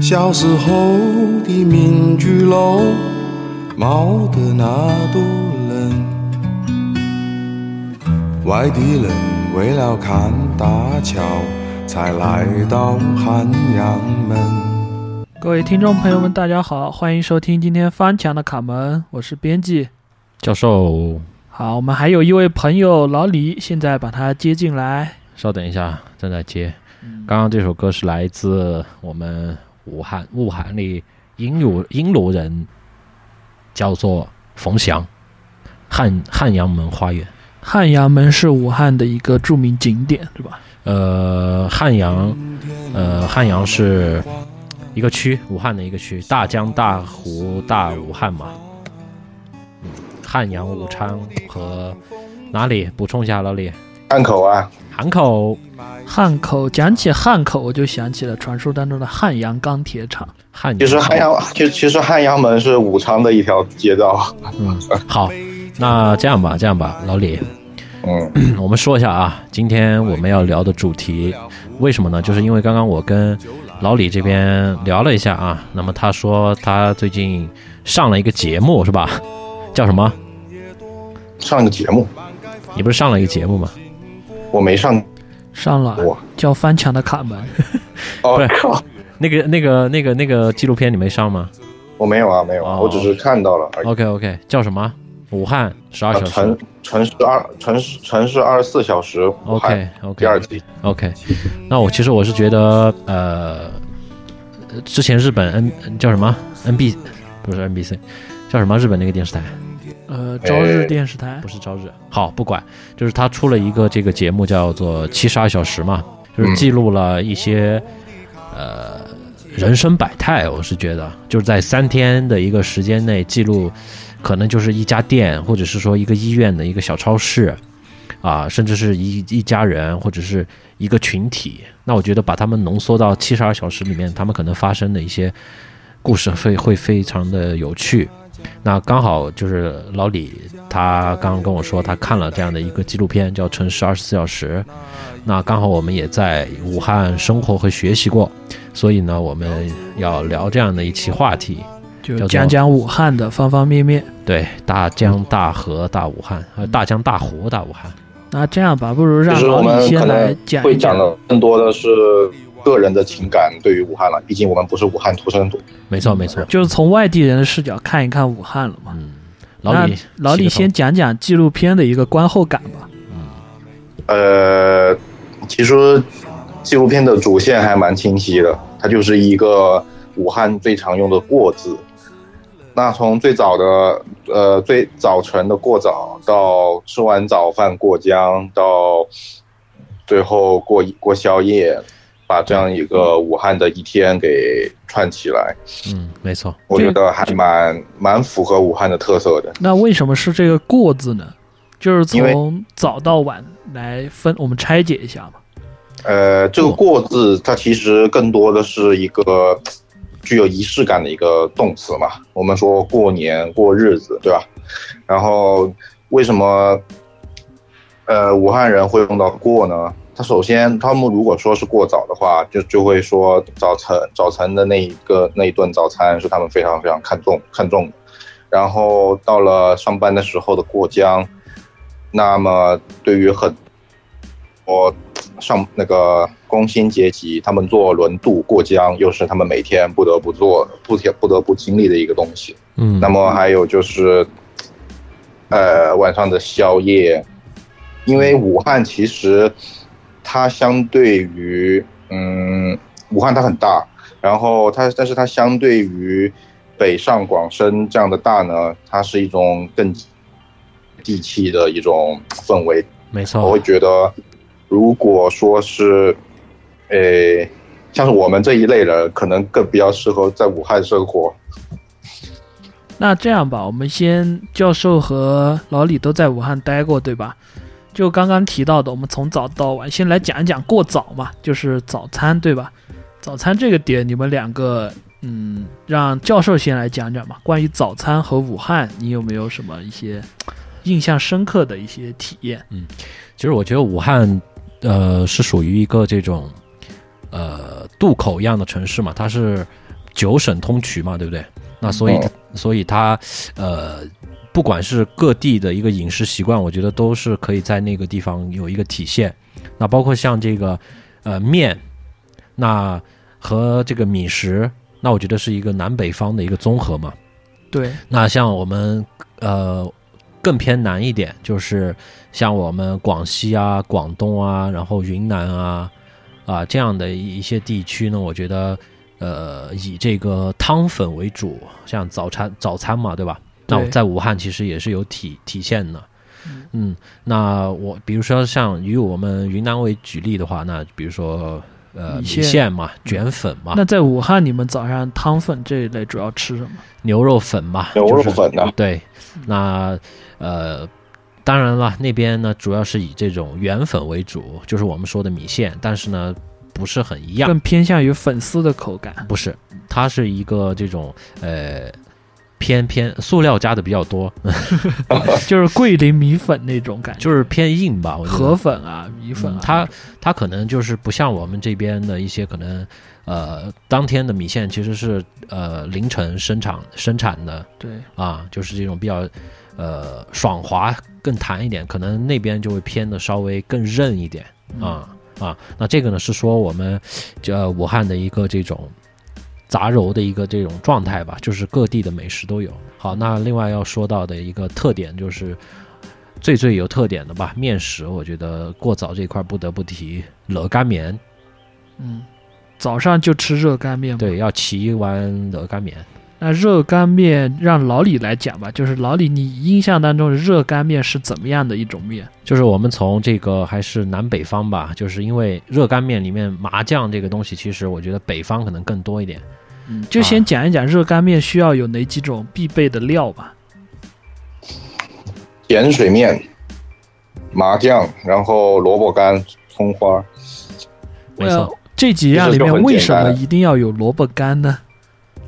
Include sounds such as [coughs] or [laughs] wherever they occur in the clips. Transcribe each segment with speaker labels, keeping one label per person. Speaker 1: 小时候的民居楼，毛的那多冷，外地人为了看大桥，才来到汉阳门。
Speaker 2: 各位听众朋友们，大家好，欢迎收听今天翻墙的卡门，我是编辑。
Speaker 3: 教授，
Speaker 2: 好，我们还有一位朋友老李，现在把他接进来。
Speaker 3: 稍等一下，正在接。刚刚这首歌是来自我们武汉武汉里阴鲁阴鲁人，叫做冯翔，汉汉阳门花园。
Speaker 2: 汉阳门是武汉的一个著名景点，对吧？
Speaker 3: 呃，汉阳，呃，汉阳是一个区，武汉的一个区，大江大湖大武汉嘛。嗯，汉阳、武昌和哪里？补充一下，老李。
Speaker 4: 汉口啊，
Speaker 3: 汉口、
Speaker 2: 汉口，讲起汉口，我就想起了传说当中的汉阳钢铁厂。
Speaker 3: 汉阳。
Speaker 4: 其实汉阳，其其实汉阳门是武昌的一条街道。
Speaker 3: 嗯，好，那这样吧，这样吧，老李，
Speaker 4: 嗯，
Speaker 3: [clears throat] 我们说一下啊，今天我们要聊的主题，为什么呢？就是因为刚刚我跟老李这边聊了一下啊，那么他说他最近上了一个节目是吧？叫什么？
Speaker 4: 上个节目
Speaker 3: 你不是上了一个节目吗？
Speaker 4: 我没上
Speaker 2: 上了
Speaker 4: 过，
Speaker 2: 叫《翻墙的卡门》，
Speaker 4: 哦
Speaker 3: 不是
Speaker 4: 靠，
Speaker 3: 那个、那个、那个、那个纪录片你没上吗
Speaker 4: 我没有啊，没有啊，
Speaker 3: 哦
Speaker 4: 我只是看到了而已。
Speaker 3: ？OK OK，叫什么？武汉十二
Speaker 4: 啊
Speaker 3: 小时
Speaker 4: 城。城市二城市城市二十四小时武
Speaker 3: OK
Speaker 4: 汉
Speaker 3: OK，
Speaker 4: 第二季
Speaker 3: OK，那我其实我是觉得，呃，呃之前日本 N 呃叫什么 NB 不是 NBC，叫什么日本那个电视台，
Speaker 2: 呃，
Speaker 4: 哎
Speaker 2: 朝日电视台
Speaker 3: 不。是朝日，好不管，就是他出了一个这个节目叫做《七十二小时》嘛，就是记录了一些、呃人生百态，我是觉得就是在三天的一个时间内记录，可能就是一家店或者是说一个医院的一个小超市。啊，甚至是一一家人或者是一个群体，那我觉得把他们浓缩到七十二小时里面，他们可能发生的一些故事会会非常的有趣。那刚好就是老李，他刚刚跟我说他看了这样的一个纪录片，叫《城市二十四小时》。那刚好我们也在武汉生活和学习过，所以呢，我们要聊这样的一期话题，
Speaker 2: 就
Speaker 3: 叫做
Speaker 2: 讲讲武汉的方方面面。
Speaker 3: 对大江大河大武汉，
Speaker 2: 嗯
Speaker 3: 呃，大江大湖大武汉。
Speaker 2: 那这样吧，不如
Speaker 4: 就
Speaker 2: 让
Speaker 4: 是我
Speaker 2: 老
Speaker 4: 们
Speaker 2: 李
Speaker 4: 可
Speaker 2: 先来
Speaker 4: 能会
Speaker 2: 一讲
Speaker 4: 讲。的更多的是个人的情感对于武汉了，毕竟我们不是武汉土生土。
Speaker 3: 没错，没错。
Speaker 2: 就是从外地人的视角看一看武汉了嘛。
Speaker 3: 老李
Speaker 2: 那，老李
Speaker 3: 起个
Speaker 2: 先
Speaker 3: 头
Speaker 2: 讲讲纪录片的一个观后感吧。
Speaker 4: 呃，其实纪录片的主线还蛮清晰的，它就是一个武汉最常用的“过”字。那从最早的呃最早晨的过早，到吃完早饭过江，到最后过过宵夜，把这样一个武汉的一天给串起来，
Speaker 3: 嗯，没错。
Speaker 4: 我觉得还蛮蛮符合武汉的特色的。
Speaker 2: 那为什么是这个“过”字呢？就是
Speaker 4: 因为
Speaker 2: 从早到晚来分，我们拆解一下嘛。
Speaker 4: 呃，这个“过”字，它其实更多的是一个具有仪式感的一个动词嘛。我们说过年过日子，对吧？然后为什么呃武汉人会用到“过”呢？他首先，他们如果说是过早的话，就就会说早晨早晨的那一个那一顿早餐是他们非常非常看重看重的。然后到了上班的时候的过江，那么对于很多上那个工薪阶级，他们做轮渡过江，又是他们每天不得不做、不天不得不经历的一个东西。
Speaker 3: 嗯，
Speaker 4: 那么还有就是，呃，晚上的宵夜，因为武汉其实它相对于嗯，武汉它很大，然后它但是它相对于北上广深这样的大呢，它是一种更地气的一种氛围
Speaker 3: 没
Speaker 4: 我
Speaker 3: 错
Speaker 4: 会。觉得，如果说是，诶，像是我们这一类人，可能更比较适合在武汉生活。
Speaker 2: 那这样吧，我们先教授和老李都在武汉待过，对吧？就刚刚提到的，我们从早到晚，先来讲一讲过早嘛，就是早餐，对吧？早餐这个点，你们两个，嗯，让教授先来讲讲吧。关于早餐和武汉，你有没有什么一些印象深刻的一些体验？
Speaker 3: 嗯其实我觉得武汉，呃，是属于一个这种，呃，渡口一样的城市嘛，它是九省通衢嘛，对不对？那所以、所以它呃，不管是各地的一个饮食习惯，我觉得都是可以在那个地方有一个体现。那包括像这个呃面，那和这个米食，那我觉得是一个南北方的一个综合嘛。
Speaker 2: 对，
Speaker 3: 那像我们呃更偏南一点，就是像我们广西啊、广东啊，然后云南啊啊这样的一些地区呢，我觉得呃以这个汤粉为主，像早餐早餐嘛，对吧？那我
Speaker 2: 对
Speaker 3: 在武汉其实也是有体体现的。嗯，那我比如说像以我们云南为举例的话，那比如说呃
Speaker 2: 米
Speaker 3: 米
Speaker 2: 线嗯
Speaker 3: 线嘛、卷粉嘛、
Speaker 2: 那在武汉，你们早上汤粉这一类主要吃什么？
Speaker 3: 牛肉粉嘛，
Speaker 4: [laughs] 牛肉
Speaker 3: 就是
Speaker 4: 粉啊呐、
Speaker 3: 对，那呃，当然了，那边呢主要是以这种圆粉为主，就是我们说的米线，但是呢不是很一样，
Speaker 2: 更偏向于粉丝的口感。
Speaker 3: 不是，它是一个这种呃偏偏呃塑料加的比较多， [laughs]
Speaker 2: 就是桂林米粉那种感觉，
Speaker 3: 就是偏硬吧，我觉得
Speaker 2: 河粉啊、米粉啊
Speaker 3: 嗯，它它可能就是不像我们这边的一些可能，呃，当天的米线其实是呃凌晨生产生产的，
Speaker 2: 对
Speaker 3: 啊，就是这种比较呃爽滑、更弹一点，可能那边就会偏的稍微更韧一点
Speaker 2: 嗯
Speaker 3: 啊、啊。那这个呢是说我们呃武汉的一个这种杂糅的一个这种状态吧，就是各地的美食都有。好，那另外要说到的一个特点就是。最最有特点的吧，面食，我觉得过早这块不得不提热干面，
Speaker 2: 嗯，早上就吃热干面嘛。
Speaker 3: 对，要起一碗热干面。
Speaker 2: 那热干面让老李来讲吧，就是老李，你印象当中的热干面是怎么样的一种面？
Speaker 3: 就是我们从这个还是南北方吧，就是因为热干面里面麻酱这个东西，其实我觉得北方可能更多一点。
Speaker 2: 就先
Speaker 3: 啊
Speaker 2: 讲一讲热干面需要有哪几种必备的料吧。
Speaker 4: 碱水面、麻酱，然后萝卜干、葱花。
Speaker 3: 没错，
Speaker 2: 呃这几样里
Speaker 4: 其实就
Speaker 2: 面
Speaker 4: 很
Speaker 2: 为什
Speaker 4: 简
Speaker 2: 么
Speaker 4: 单
Speaker 2: 一定要有萝卜干呢？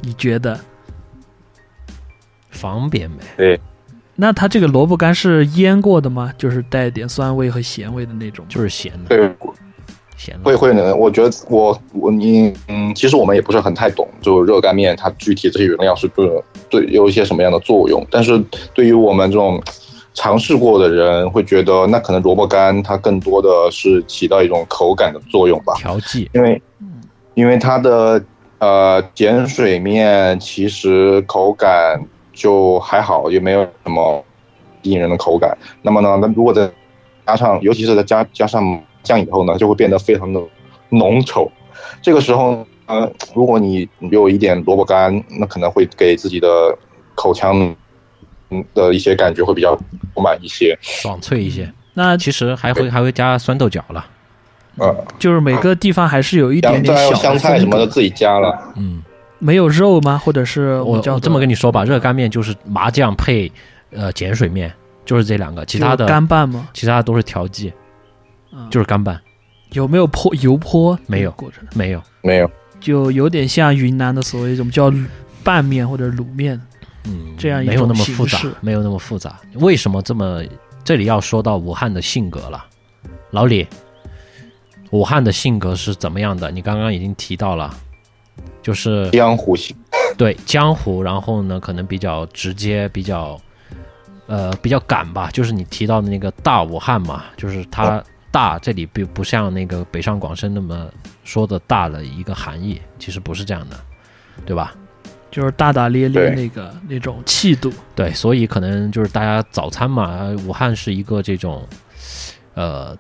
Speaker 2: 你觉得？
Speaker 3: 方便面
Speaker 4: 对，
Speaker 2: 那它这个萝卜干是腌过的吗？就是带点酸味和咸味的那种吗。
Speaker 3: 就是咸的，
Speaker 4: 对，
Speaker 3: 咸
Speaker 4: 会
Speaker 3: 的。
Speaker 4: 会的。我觉得我我你嗯，其实我们也不是很太懂，就热干面它具体这些原料是对对有一些什么样的作用，但是对于我们这种。尝试过的人会觉得，那可能萝卜干它更多的是起到一种口感的作用吧。
Speaker 3: 调剂
Speaker 4: 因为
Speaker 2: 嗯
Speaker 4: 因为它的呃碱水面其实口感就还好，也没有什么吸引人的口感。那么呢，那如果再加上，尤其是再加加上麻酱以后呢，就会变得非常的浓稠。这个时候，呃，如果你有一点萝卜干，那可能会给自己的口腔嗯的一些感觉会比较满一些。
Speaker 3: 爽脆一些。
Speaker 2: 嗯那
Speaker 3: 其实还会还会加酸豆角了，
Speaker 4: 呃，
Speaker 2: 就是每个地方还是有一点
Speaker 4: 香
Speaker 2: 点
Speaker 4: 菜、
Speaker 2: 小
Speaker 4: 香菜
Speaker 2: 风
Speaker 4: 什么的
Speaker 2: 格
Speaker 4: 自己加了。
Speaker 3: 嗯，
Speaker 2: 没有肉吗？或者是
Speaker 3: 我
Speaker 2: 叫嗯
Speaker 3: 我这么跟
Speaker 2: 你，
Speaker 3: 你说吧，热干面就是麻酱配呃碱水面，就是这两个，其他
Speaker 2: 就是
Speaker 3: 的
Speaker 2: 干拌吗？
Speaker 3: 其他的都是调剂，
Speaker 2: 嗯
Speaker 3: 就是干拌，
Speaker 2: 有没有泼油泼？
Speaker 3: 没有
Speaker 2: 过程
Speaker 3: 没有
Speaker 4: 没有，
Speaker 2: 就有点像云南的所谓我们叫拌面或者卤面，
Speaker 3: 嗯，
Speaker 2: 这样一
Speaker 3: 没有
Speaker 2: 种
Speaker 3: 那么
Speaker 2: 形
Speaker 3: 复杂
Speaker 2: 式，
Speaker 3: 没有那么复杂。为什么这么？这里要说到武汉的性格了，老李，武汉的性格是怎么样的？你刚刚已经提到了，就是
Speaker 4: 江湖型。
Speaker 3: 对江湖，然后呢，可能比较直接，比较呃比较赶吧，就是你提到的那个大武汉嘛，就是它大这里不不像那个北上广深那么说的大的一个含义，其实不是这样的，对吧？
Speaker 2: 就是大大咧咧
Speaker 4: 对
Speaker 2: 那个那种气度。
Speaker 3: 对，所以可能就是大家早餐嘛，呃武汉是一个这种，呃，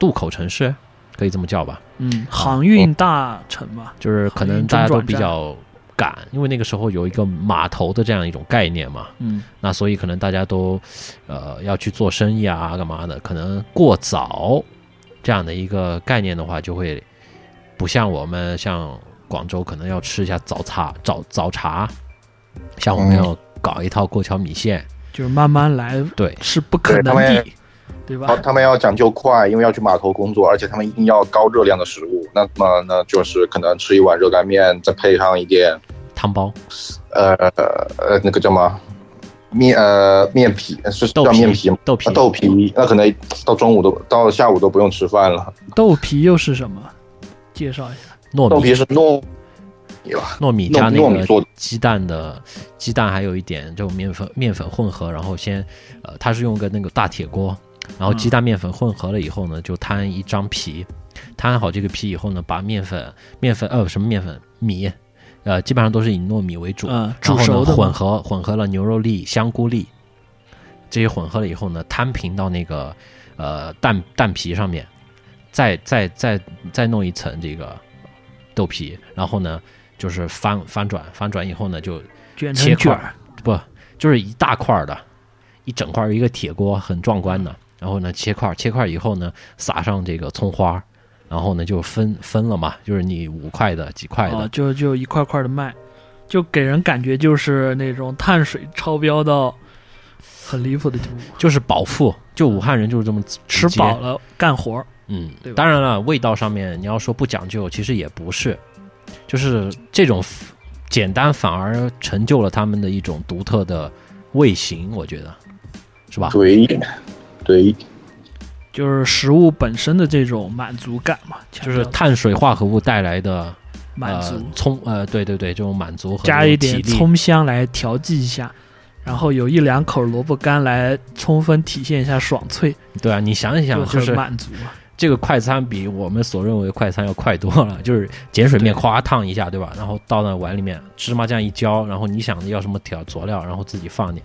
Speaker 3: 渡口城市，可以这么叫吧，
Speaker 2: 嗯，航运大城嘛，
Speaker 3: 就是可能大家都比较赶，因为那个时候有一个码头的这样一种概念嘛，
Speaker 2: 嗯，
Speaker 3: 那所以可能大家都，呃，要去做生意啊，干嘛的，可能过早这样的一个概念的话，就会不像我们像广州可能要吃一下早茶早早茶，像我们
Speaker 4: 嗯
Speaker 3: 要搞一套过桥米线，
Speaker 2: 就是慢慢来
Speaker 3: 对。
Speaker 2: 是不可能
Speaker 4: 对他
Speaker 2: 的
Speaker 4: 们，
Speaker 2: 对吧
Speaker 4: 然后？他们要讲究快，因为要去码头工作，而且他们一定要高热量的食物。那么呢，就是可能吃一碗热干面，再配上一点
Speaker 3: 汤包、
Speaker 4: 呃呃那个叫什么面呃面皮呃是
Speaker 3: 豆
Speaker 4: 叫
Speaker 3: 皮
Speaker 4: 面皮吗？
Speaker 3: 豆皮
Speaker 4: 啊、豆皮，那可能到中午都到下午都不用吃饭了。
Speaker 2: 豆皮又是什么？介绍一下。
Speaker 3: 糯
Speaker 4: 豆
Speaker 3: 米
Speaker 4: 皮是糯米吧，
Speaker 3: 糯米加那
Speaker 4: 糯米做
Speaker 3: 个
Speaker 4: 的
Speaker 3: 鸡蛋的鸡蛋，还有一点就面粉面粉混合，然后先呃，它是用个那个大铁锅，然后鸡蛋面粉混合了以后呢，就摊一张皮，摊好这个皮以后呢，把面粉面粉呃什么面粉米。呃，基本上都是以糯米为主，
Speaker 2: 嗯
Speaker 3: 然
Speaker 2: 煮
Speaker 3: 后
Speaker 2: 熟
Speaker 3: 呢
Speaker 2: 的
Speaker 3: 混
Speaker 2: 嘛
Speaker 3: 合混合了牛肉粒、香菇粒，这些混合了以后呢，摊平到那个呃蛋蛋皮上面，再再再再弄一层这个豆皮，然后呢就是翻翻转，翻转以后呢就
Speaker 2: 卷
Speaker 3: 切
Speaker 2: 成卷
Speaker 3: 块
Speaker 2: 儿
Speaker 3: 儿，不就是一大块儿的，一整块儿一个铁锅，很壮观的。然后呢切块儿，切块儿以后呢撒上这个葱花儿，然后呢就分分了嘛，就是你五块的几块的，
Speaker 2: 哦，就就一块块的卖，就给人感觉就是那种碳水超标到很离谱的地步，
Speaker 3: 就是饱腹。就武汉人就是这么
Speaker 2: 吃
Speaker 3: 直接
Speaker 2: 饱了干活儿。
Speaker 3: 嗯
Speaker 2: 对，吧
Speaker 3: 当然了，味道上面你要说不讲究，其实也不是，就是这种 f- 简单反而成就了他们的一种独特的味型，我觉得是吧？
Speaker 4: 对对，
Speaker 2: 就是食物本身的这种满足感嘛，强
Speaker 3: 就是
Speaker 2: 调的
Speaker 3: 碳水化合物带来的
Speaker 2: 满足，
Speaker 3: 呃、葱呃，对对对，这种满足和
Speaker 2: 加一点
Speaker 3: 这种体力，
Speaker 2: 葱香来调剂一下，然后有一两口萝卜干来充分体现一下爽脆，
Speaker 3: 对啊，你想一想，就
Speaker 2: 很
Speaker 3: 是
Speaker 2: 满足啊。
Speaker 3: 这个快餐比我们所认为的快餐要快多了， [laughs] 就是碱水面夸烫一下，对吧？然后倒到碗里面，芝麻酱一浇，然后你想着要什么调佐料，然后自己放点。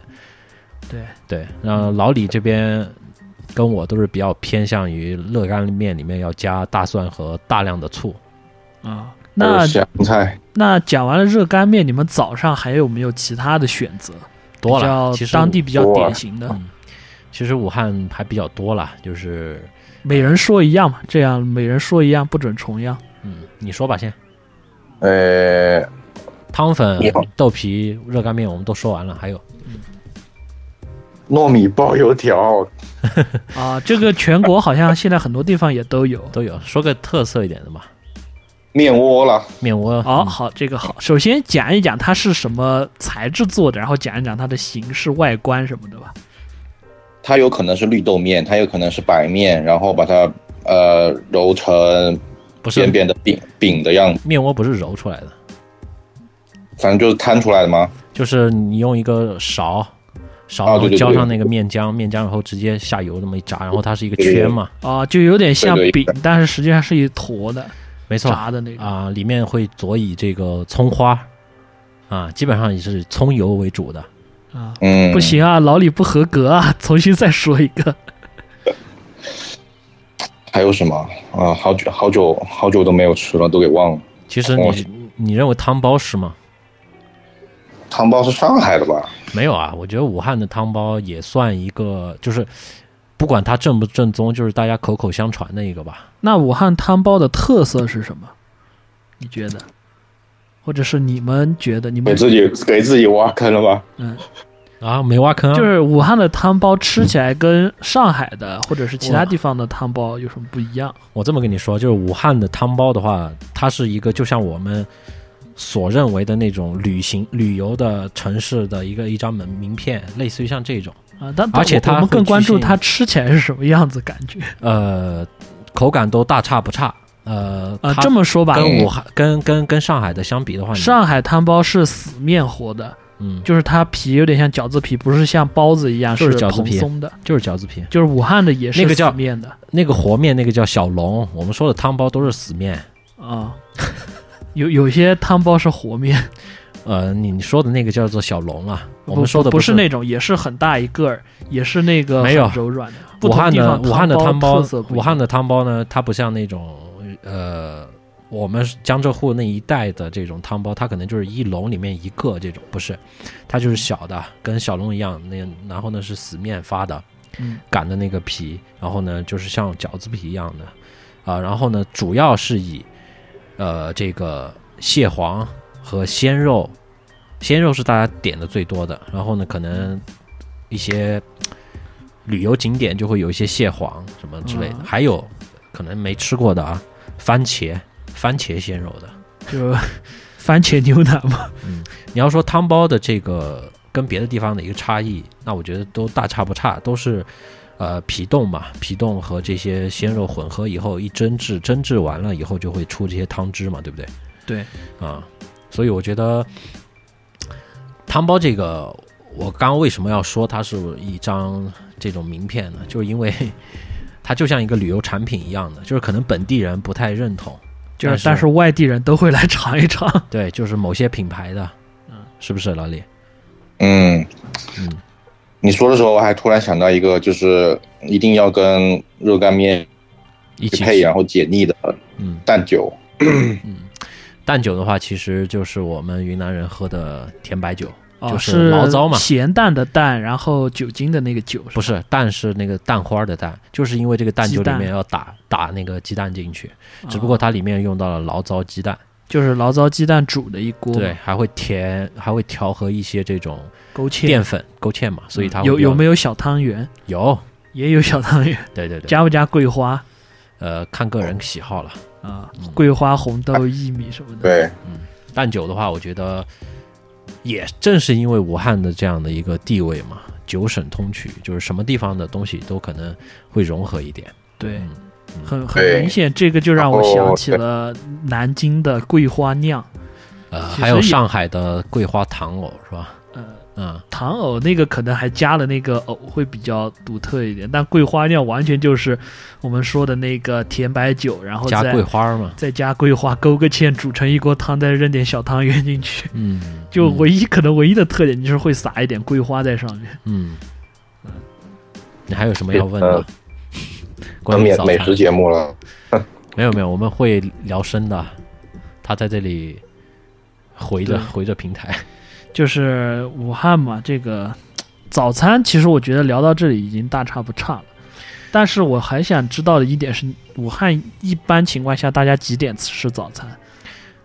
Speaker 2: 对
Speaker 3: 对，那老李这边跟我都是比较偏向于热干面里面要加大蒜和大量的醋。
Speaker 2: 啊、
Speaker 4: 还
Speaker 2: 那
Speaker 4: 有香菜。
Speaker 2: 那讲完了热干面，你们早上还有没有其他的选择？比
Speaker 3: 多了，
Speaker 2: 较
Speaker 3: 其实
Speaker 2: 当地比较
Speaker 4: 多了
Speaker 2: 典型的，
Speaker 3: 嗯其实武汉还比较多啦，就是
Speaker 2: 每人说一样嘛，这样每人说一样，不准重
Speaker 3: [laughs]
Speaker 2: 样。
Speaker 3: 嗯，你说吧先，
Speaker 4: 呃，
Speaker 3: 汤粉
Speaker 4: 你好、
Speaker 3: 豆皮、热干面我们都说完了，还有
Speaker 4: 糯米包油条，
Speaker 2: 啊，这个全国好像现在很多地方也都有。
Speaker 3: 都有，说个特色一点的嘛，
Speaker 4: 面窝了，
Speaker 3: 面窝。
Speaker 2: 哦，
Speaker 3: 嗯
Speaker 2: 好，这个好。首先讲一讲它是什么材质做的，然后讲一讲它的形式、外观什么的吧。
Speaker 4: 它有可能是绿豆面，它有可能是白面，然后把它呃揉成
Speaker 3: 不是
Speaker 4: 扁扁的饼饼的样子，
Speaker 3: 面窝不是揉出来的，
Speaker 4: 反正就是摊出来的嘛。
Speaker 3: 就是你用一个勺，勺
Speaker 4: 啊
Speaker 3: 然后
Speaker 4: 对对对
Speaker 3: 浇上那个面浆，面浆然后直接下油那么一炸，然后它是一个圈嘛，
Speaker 2: 啊，就有点像
Speaker 4: 对对
Speaker 2: 饼，但是实际上是一坨的
Speaker 3: 没错啊、
Speaker 2: 炸的那个。
Speaker 3: 里面会佐以这个葱花，啊，基本上也是葱油为主的。
Speaker 2: 啊，
Speaker 4: 嗯，
Speaker 2: 不，行啊，老李不合格啊，重新再说一个。
Speaker 4: 还有什么啊？好久好久好久都没有吃了，都给忘了。
Speaker 3: 其实
Speaker 4: 哦
Speaker 3: 你你认为汤包是吗？
Speaker 4: 汤包是上海的吧？
Speaker 3: 没有啊，我觉得武汉的汤包也算一个，就是不管它正不正宗，就是大家口口相传的一个吧。
Speaker 2: 那武汉汤包的特色是什么？你觉得，或者是你们觉得？你
Speaker 4: 给
Speaker 2: 们
Speaker 4: 自己给自己挖坑了吧？
Speaker 2: 嗯，
Speaker 3: 啊，梅挖坑啊、
Speaker 2: 就是武汉的汤包吃起来跟上海的或者是其他地方的汤包有什么不一样？
Speaker 3: 我这么跟你说，就是武汉的汤包的话，它是一个就像我们所认为的那种旅行旅游的城市的一个一张门名片，类似于像这种，
Speaker 2: 啊，但
Speaker 3: 而且
Speaker 2: 但我我们
Speaker 3: 它会
Speaker 2: 更关注
Speaker 3: 局限
Speaker 2: 它吃起来是什么样子，感觉
Speaker 3: 呃，口感都大差不差。呃，
Speaker 2: 啊，
Speaker 3: 它
Speaker 2: 这么说吧，
Speaker 3: 跟武汉跟跟跟上海的相比的话，你
Speaker 2: 上海汤包是死面活的，
Speaker 3: 嗯
Speaker 2: 就是它皮有点像饺子皮，不是像包子一样
Speaker 3: 就是饺子
Speaker 2: 蓬
Speaker 3: 皮
Speaker 2: 松的，
Speaker 3: 就是饺子皮，
Speaker 2: 就是武汉的也是
Speaker 3: 那
Speaker 2: 死
Speaker 3: 个叫
Speaker 2: 面的
Speaker 3: 那个和面那个叫小笼，我们说的汤包都是死面。
Speaker 2: 啊。有有些汤包是和面，
Speaker 3: 呃，你你说的那个叫做小笼啊，我
Speaker 2: 不
Speaker 3: 们说的
Speaker 2: 不
Speaker 3: 是
Speaker 2: 是那种，也是很大一个儿，也是那个
Speaker 3: 没有
Speaker 2: 很柔软的。不
Speaker 3: 武
Speaker 2: 同
Speaker 3: 汉
Speaker 2: 地
Speaker 3: 的
Speaker 2: 方
Speaker 3: 武汉的汤
Speaker 2: 包
Speaker 3: 包
Speaker 2: 特色，不一
Speaker 3: 武
Speaker 2: 样
Speaker 3: 汉的汤包呢，它不像那种呃，我们江浙沪那一带的这种汤包，它可能就是一笼里面一个这种，不是，它就是小的，跟小笼一样，那然后呢是死面发的，
Speaker 2: 嗯
Speaker 3: 擀的那个皮，然后呢就是像饺子皮一样的，啊、然后呢主要是以呃这个蟹黄和鲜肉，鲜肉是大家点的最多的，然后呢可能一些旅游景点就会有一些蟹黄什么之类的，
Speaker 2: 嗯
Speaker 3: 还有可能没吃过的啊，番茄番茄鲜肉的。
Speaker 2: 就 [laughs] 番茄牛腩嘛。
Speaker 3: 你要说汤包的这个跟别的地方的一个差异，那我觉得都大差不差，都是呃皮冻嘛，皮冻和这些鲜肉混合以后一蒸制，蒸制完了以后就会出这些汤汁嘛，对不对？
Speaker 2: 对，
Speaker 3: 啊，所以我觉得汤包这个，我刚刚为什么要说它是一张这种名片呢？就是因为 [laughs] 它就像一个旅游产品一样的，就是可能本地人不太认同，
Speaker 2: 就
Speaker 3: 但
Speaker 2: 是但是外地人都会来尝一尝。
Speaker 3: 对，就是某些品牌的，嗯，是不是老李？
Speaker 4: 嗯
Speaker 3: 嗯，
Speaker 4: 你说的时候，我还突然想到一个，就是一定要跟热干面
Speaker 3: 一起
Speaker 4: 配，然后解腻的
Speaker 3: 嗯，
Speaker 4: 蛋酒。
Speaker 3: 蛋酒的话，其实就是我们云南人喝的甜白酒，
Speaker 2: 哦，
Speaker 3: 就是醪糟嘛
Speaker 2: 咸蛋的蛋，然后酒精的那个酒，
Speaker 3: 不是蛋是那个蛋花的蛋，就是因为这个蛋酒
Speaker 2: 鸡
Speaker 3: 里
Speaker 2: 蛋
Speaker 3: 面要打打那个鸡蛋进去，
Speaker 2: 哦
Speaker 3: 只不过它里面用到了醪糟鸡蛋，
Speaker 2: 就是醪糟鸡蛋煮的一锅，
Speaker 3: 对，，还会甜，还会调和一些这种
Speaker 2: 勾芡。
Speaker 3: 淀粉勾芡嘛，所以它会
Speaker 2: 嗯有
Speaker 3: 比较
Speaker 2: 有没有小汤圆？
Speaker 3: 有？
Speaker 2: 也有小汤圆，
Speaker 3: 对对对，
Speaker 2: 加不加桂花
Speaker 3: 呃，看个人喜好了。
Speaker 2: 啊？
Speaker 3: 嗯
Speaker 2: 桂花、红豆、薏米什么的。
Speaker 4: 对，
Speaker 3: 蛋酒的话，我觉得也正是因为武汉的这样的一个地位嘛，九省通衢，就是什么地方的东西都可能会融合一点。
Speaker 2: 对
Speaker 3: 嗯嗯
Speaker 2: 很很
Speaker 4: 对
Speaker 2: 明显，这个就让我
Speaker 4: 然后
Speaker 2: 想起了南京的桂花酿。
Speaker 3: 呃，
Speaker 2: 其实
Speaker 3: 还有
Speaker 2: 也
Speaker 3: 上海的桂花糖藕是吧？
Speaker 2: 呃，
Speaker 3: 嗯，
Speaker 2: 糖藕那个可能还加了那个藕，会比较独特一点。但桂花酿完全就是我们说的那个甜白酒，然后
Speaker 3: 加桂
Speaker 2: 再
Speaker 3: 花儿嘛。
Speaker 2: 再加桂花，勾个芡，煮成一锅汤，再扔点小汤圆进去。
Speaker 3: 嗯，
Speaker 2: 就
Speaker 3: 嗯
Speaker 2: 唯一可能唯一的特点就是会撒一点桂花在上面。
Speaker 3: 嗯，你还有什么要问的
Speaker 4: 呃？
Speaker 3: 关于
Speaker 4: 美
Speaker 3: 早
Speaker 4: 美
Speaker 3: 餐
Speaker 4: 食节目了，
Speaker 3: 没有没有，我们会聊深的。他在这里回着
Speaker 2: 对
Speaker 3: 回着平台，
Speaker 2: 就是武汉嘛，这个早餐其实我觉得聊到这里已经大差不差了。但是我还想知道的一点是，武汉一般情况下大家几点吃早餐？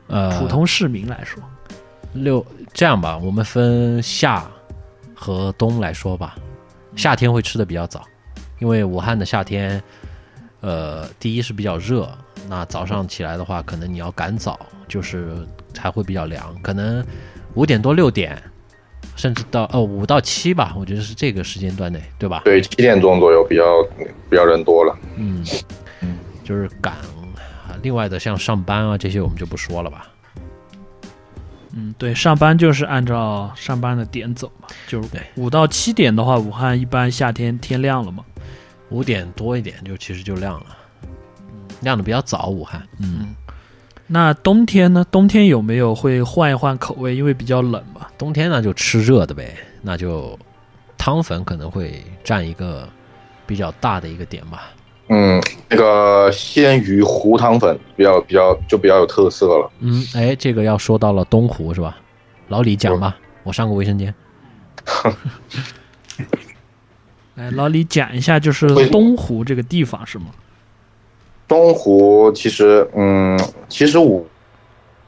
Speaker 3: 呃，
Speaker 2: 普通市民来说，
Speaker 3: 六这样吧，我们分夏和冬来说吧。夏天会吃的比较早，因为武汉的夏天，呃，第一是比较热，那早上起来的话，可能你要赶早，就是才会比较凉，可能五点多六点，甚至到哦五到七吧，我觉得是这个时间段内，对吧？
Speaker 4: 对，七点钟左右比较比较人多了。
Speaker 3: 嗯，就是赶。啊另外的像上班啊这些我们就不说了吧。
Speaker 2: 嗯，对，上班就是按照上班的点走嘛，就是
Speaker 3: 对
Speaker 2: 五到七点的话，武汉一般夏天天亮了嘛，
Speaker 3: 五点多一点就其实就亮了，亮的比较早。武汉，嗯，
Speaker 2: 那冬天呢？冬天有没有会换一换口味？因为比较冷嘛。
Speaker 3: 冬天那就吃热的呗，那就汤粉可能会占一个比较大的一个点吧。
Speaker 4: 嗯，那个鲜鱼糊汤粉比较比较就比较有特色了。
Speaker 3: 嗯，哎，这个要说到了东湖是吧？老李讲吧，我上过卫生间。
Speaker 2: 来，老李讲一下，就是
Speaker 4: 会
Speaker 2: 东湖这个地方是吗？
Speaker 4: 东湖其实，嗯，其实武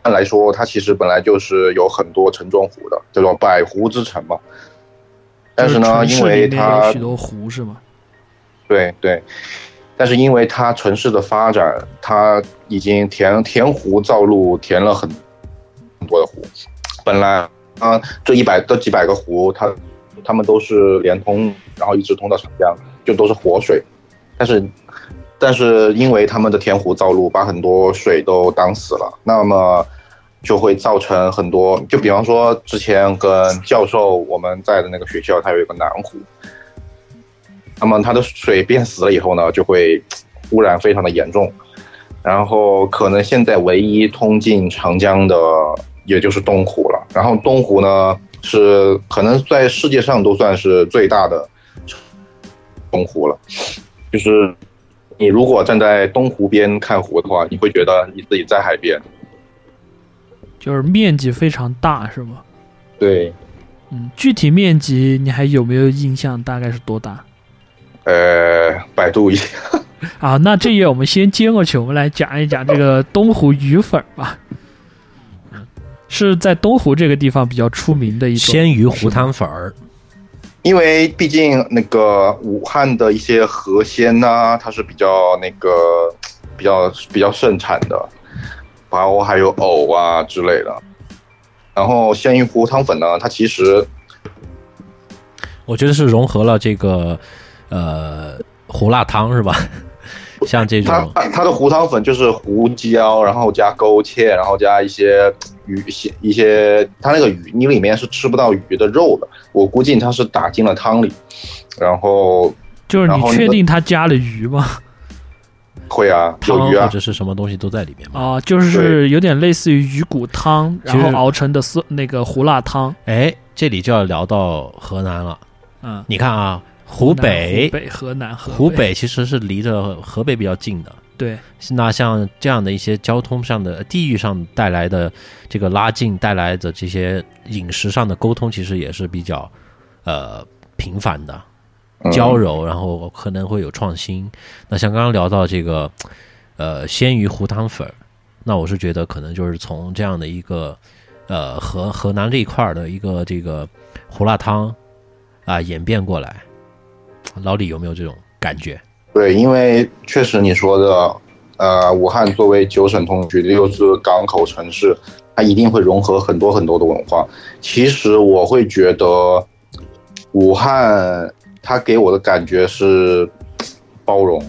Speaker 4: 汉来说，它其实本来就是有很多城中湖的，叫做百湖之城嘛。但是
Speaker 2: 就
Speaker 4: 呢，因
Speaker 2: 城市
Speaker 4: 为
Speaker 2: 里面有
Speaker 4: 它
Speaker 2: 许多湖是吗？
Speaker 4: 对对，但是因为它城市的发展，它已经填填湖造陆，填了很很多的湖。本来啊，这一百这几百个湖，它它们都是连通，然后一直通到长江，就都是活水。但是但是因为他们的填湖造陆，把很多水都挡死了，那么就会造成很多，就比方说之前跟教授我们在的那个学校，它有一个南湖，那么它的水变死了以后呢，就会污染非常的严重，然后可能现在唯一通进长江的也就是东湖了，然后东湖呢是可能在世界上都算是最大的东湖了，就是你如果站在东湖边看湖的话，你会觉得你自己在海边。
Speaker 2: 就是面积非常大是吗？
Speaker 4: 对，
Speaker 2: 嗯，具体面积你还有没有印象？大概是多大
Speaker 4: 呃，百度一下，
Speaker 2: 啊？那这页我们先接过去，我们来讲一讲这个东湖鱼粉吧。是在东湖这个地方比较出名的一种，
Speaker 3: 鲜鱼糊汤粉儿，
Speaker 4: 因为毕竟那个武汉的一些河鲜呐、它是比较那个比较比较盛产的，包括还有藕啊之类的。然后鲜鱼糊汤粉呢，它其实
Speaker 3: 我觉得是融合了这个呃胡辣汤是吧？ [laughs] 像这
Speaker 4: 它
Speaker 3: 种嗯
Speaker 4: 它它的糊汤粉就是胡椒，然后加勾芡，然后加一些鱼些一些，它那个鱼你里面是吃不到鱼的肉的，我估计它是打进了汤里，然后
Speaker 2: 就是
Speaker 4: 然
Speaker 2: 你
Speaker 4: 后
Speaker 2: 确
Speaker 4: 那个
Speaker 2: 定他加了鱼吗？
Speaker 4: 会啊有
Speaker 3: 汤
Speaker 4: 鱼
Speaker 3: 或
Speaker 4: 啊，
Speaker 3: 者是什么东西都在里面嘛。
Speaker 2: 啊，就是有点类似于鱼骨汤，然后熬成的酸那个胡辣汤。
Speaker 3: 哎，这里就要聊到河南了。
Speaker 2: 嗯，
Speaker 3: 你看啊，湖
Speaker 2: 南
Speaker 3: 北
Speaker 2: 湖，北、河南、河
Speaker 3: 湖
Speaker 2: 北，
Speaker 3: 北其实是离着河北比较近的。
Speaker 2: 对，
Speaker 3: 那像这样的一些交通上的、呃地域上带来的这个拉近带来的这些饮食上的沟通，其实也是比较呃频繁的、
Speaker 4: 嗯
Speaker 3: 交柔，然后可能会有创新。那像刚刚聊到这个呃鲜鱼糊汤粉儿，那我是觉得可能就是从这样的一个呃河河南这一块儿的一个这个胡辣汤啊、演变过来。老李有没有这种感觉？
Speaker 4: 对，因为确实你说的，呃，武汉作为九省通衢又是港口城市，它一定会融合很多很多的文化。其实我会觉得，武汉它给我的感觉是包容。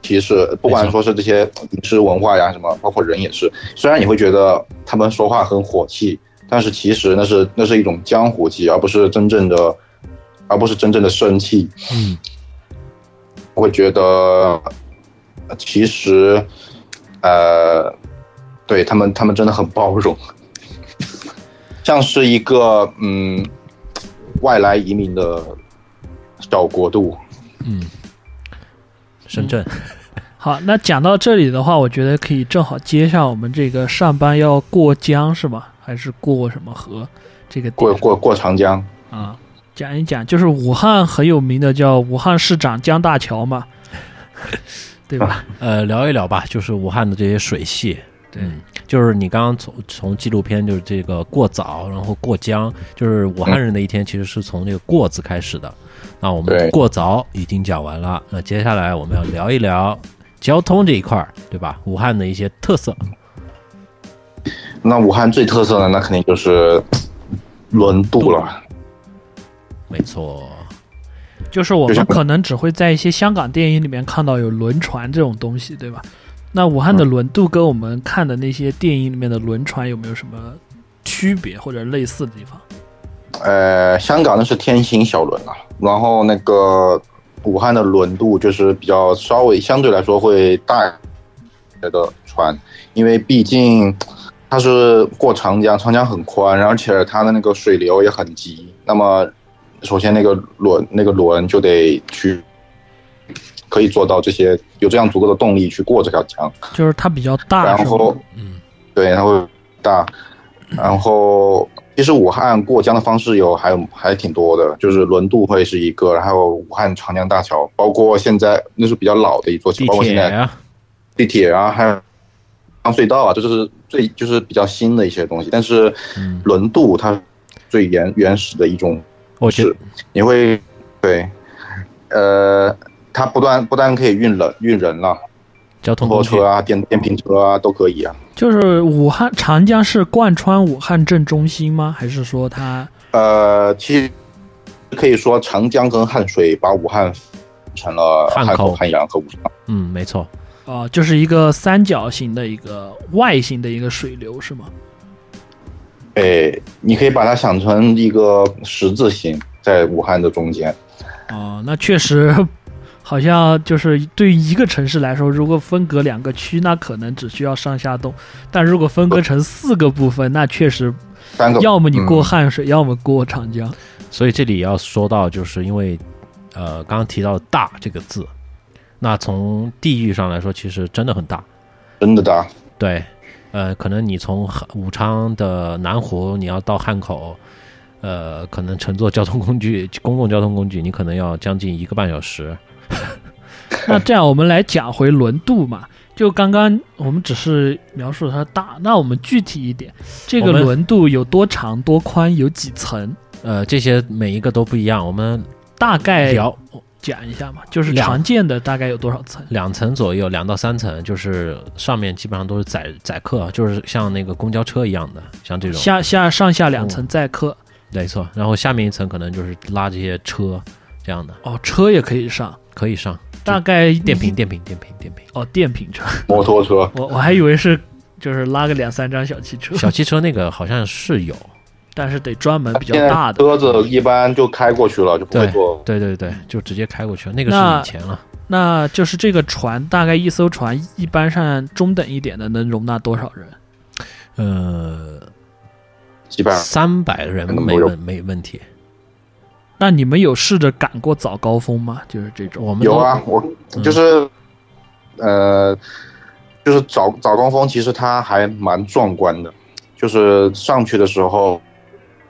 Speaker 4: 其实不管说是这些饮食文化呀什么，包括人也是，虽然你会觉得他们说话很火气，但是其实那是那是一种江湖气，而不是真正的，而不是真正的生气。
Speaker 3: 嗯，
Speaker 4: 我会觉得，呃其实，呃，对他们，他们真的很包容，像是一个嗯外来移民的小国度。
Speaker 3: 深圳。
Speaker 2: 好，那讲到这里的话，我觉得可以正好接上我们这个上班要过江是吗？还是过什么河？这个点
Speaker 4: 过过过长江，
Speaker 2: 啊，讲一讲，就是武汉很有名的叫武汉市长江大桥
Speaker 4: [laughs]
Speaker 2: 嘛，对
Speaker 4: 啊
Speaker 2: 吧？
Speaker 3: 呃，聊一聊吧，就是武汉的这些水系。
Speaker 2: 对
Speaker 3: 嗯，就是你刚刚从从纪录片就是这个过早，然后过江，就是武汉人的一天其实是从这个过字开始的。那我们
Speaker 4: 对
Speaker 3: 过早已经讲完了，那接下来我们要聊一聊交通这一块儿，对吧？武汉的一些特色。
Speaker 4: 那武汉最特色的那肯定就是轮渡了。
Speaker 3: 没错，
Speaker 2: 就是我
Speaker 4: 就
Speaker 2: 们
Speaker 4: 像
Speaker 2: 可能只会在一些香港电影里面看到有轮船这种东西，对吧？那武汉的轮渡跟我们看的那些电影里面的轮船有没有什么区别或者类似的地方？
Speaker 4: 呃，香港那是天星小轮啊，然后那个武汉的轮渡就是比较稍微相对来说会大一些的船，因为毕竟它是过长江，长江很宽，而且它的那个水流也很急。那么，首先那个轮那个轮就得去，可以做到这些有这样足够的动力去过这条江。
Speaker 2: 就是它比较大，
Speaker 4: 然
Speaker 2: 是吗？
Speaker 4: 后，
Speaker 3: 嗯，
Speaker 4: 对，它会大。然后，其实武汉过江的方式有还有还挺多的，就是轮渡会是一个，然后武汉长江大桥，包括现在那是比较老的一座桥
Speaker 3: 地，
Speaker 4: 包括现
Speaker 3: 铁
Speaker 4: 在
Speaker 3: 啊，
Speaker 4: 地铁啊，还有江隧道啊，这就是最就是比较新的一些东西。但是
Speaker 3: 嗯，
Speaker 4: 轮渡它最原原始的一种
Speaker 3: 我觉得
Speaker 4: 是你会对，呃，它不断不但可以运人运人了、
Speaker 3: 交通
Speaker 4: 拖
Speaker 3: 工具
Speaker 4: 车啊、电电瓶车啊都可以啊。
Speaker 2: 就是武汉长江是贯穿武汉正中心吗？还是说它
Speaker 4: 呃，其实可以说长江跟汉水把武汉成了
Speaker 3: 汉
Speaker 4: 汉
Speaker 3: 口
Speaker 4: 口、汉阳和武昌。
Speaker 3: 嗯，没错，
Speaker 2: 呃就是一个三角形的一个外形的一个水流是吗？
Speaker 4: 哎，你可以把它想成一个十字形，在武汉的中间。
Speaker 2: 哦，那确实，好像就是对于一个城市来说，如果分隔两个区，那可能只需要上下动；但如果分隔成四个部分，那确实，
Speaker 4: 三个
Speaker 2: 要么你过
Speaker 4: 嗯
Speaker 2: 汉水，要么过长江。
Speaker 3: 所以这里要说到，就是因为呃，刚刚提到“大”这个字，那从地域上来说，其实真的很大。
Speaker 4: 真的大，
Speaker 3: 对，呃，可能你从汉武昌的南湖，你要到汉口，呃，可能乘坐交通工具、公共交通工具，你可能要将近一个半小时。
Speaker 2: 那这样，我们来讲回轮渡嘛。就刚刚我们只是描述它大，那我们具体一点，这个
Speaker 3: 我们
Speaker 2: 轮渡有多长、多宽、有几层，
Speaker 3: 呃，这些每一个都不一样，我们
Speaker 2: 大概
Speaker 3: 聊
Speaker 2: 讲一下嘛。就是
Speaker 3: 两
Speaker 2: 常见的大概有多少层？
Speaker 3: 两层左右，两到三层，就是上面基本上都是载载客，就是像那个公交车一样的，像这种。
Speaker 2: 下下上下两
Speaker 3: 嗯
Speaker 2: 层载客
Speaker 3: 没错，然后下面一层可能就是拉这些车这样的，
Speaker 2: 哦，车也可以上，
Speaker 3: 可以上
Speaker 2: 大概
Speaker 3: 电瓶、电瓶、电瓶、电瓶。
Speaker 2: 哦，电瓶车， [laughs]
Speaker 4: 摩托车
Speaker 2: 我我还以为是就是拉个两三张小汽车，
Speaker 3: 小汽车那个好像是有，
Speaker 2: 但是得专门比较
Speaker 4: 现在
Speaker 2: 大的。
Speaker 4: 车子一般就开过去了，就不会
Speaker 3: 对
Speaker 4: 做。
Speaker 3: 对对对，就直接开过去了，那个
Speaker 2: 那
Speaker 3: 是以前了。
Speaker 2: 那就是这个船，大概一艘船一般上中等一点的能容纳多少人？
Speaker 3: 呃，
Speaker 4: 基本上
Speaker 3: 三百人
Speaker 4: 可能
Speaker 3: 没
Speaker 4: 不
Speaker 3: 问没问题，
Speaker 2: 那你们有试着赶过早高峰吗？就是这种，
Speaker 3: 我们
Speaker 4: 有
Speaker 3: 都
Speaker 4: 啊，我
Speaker 3: 嗯
Speaker 4: 就是，呃，就是早早高峰，其实它还蛮壮观的，就是上去的时候，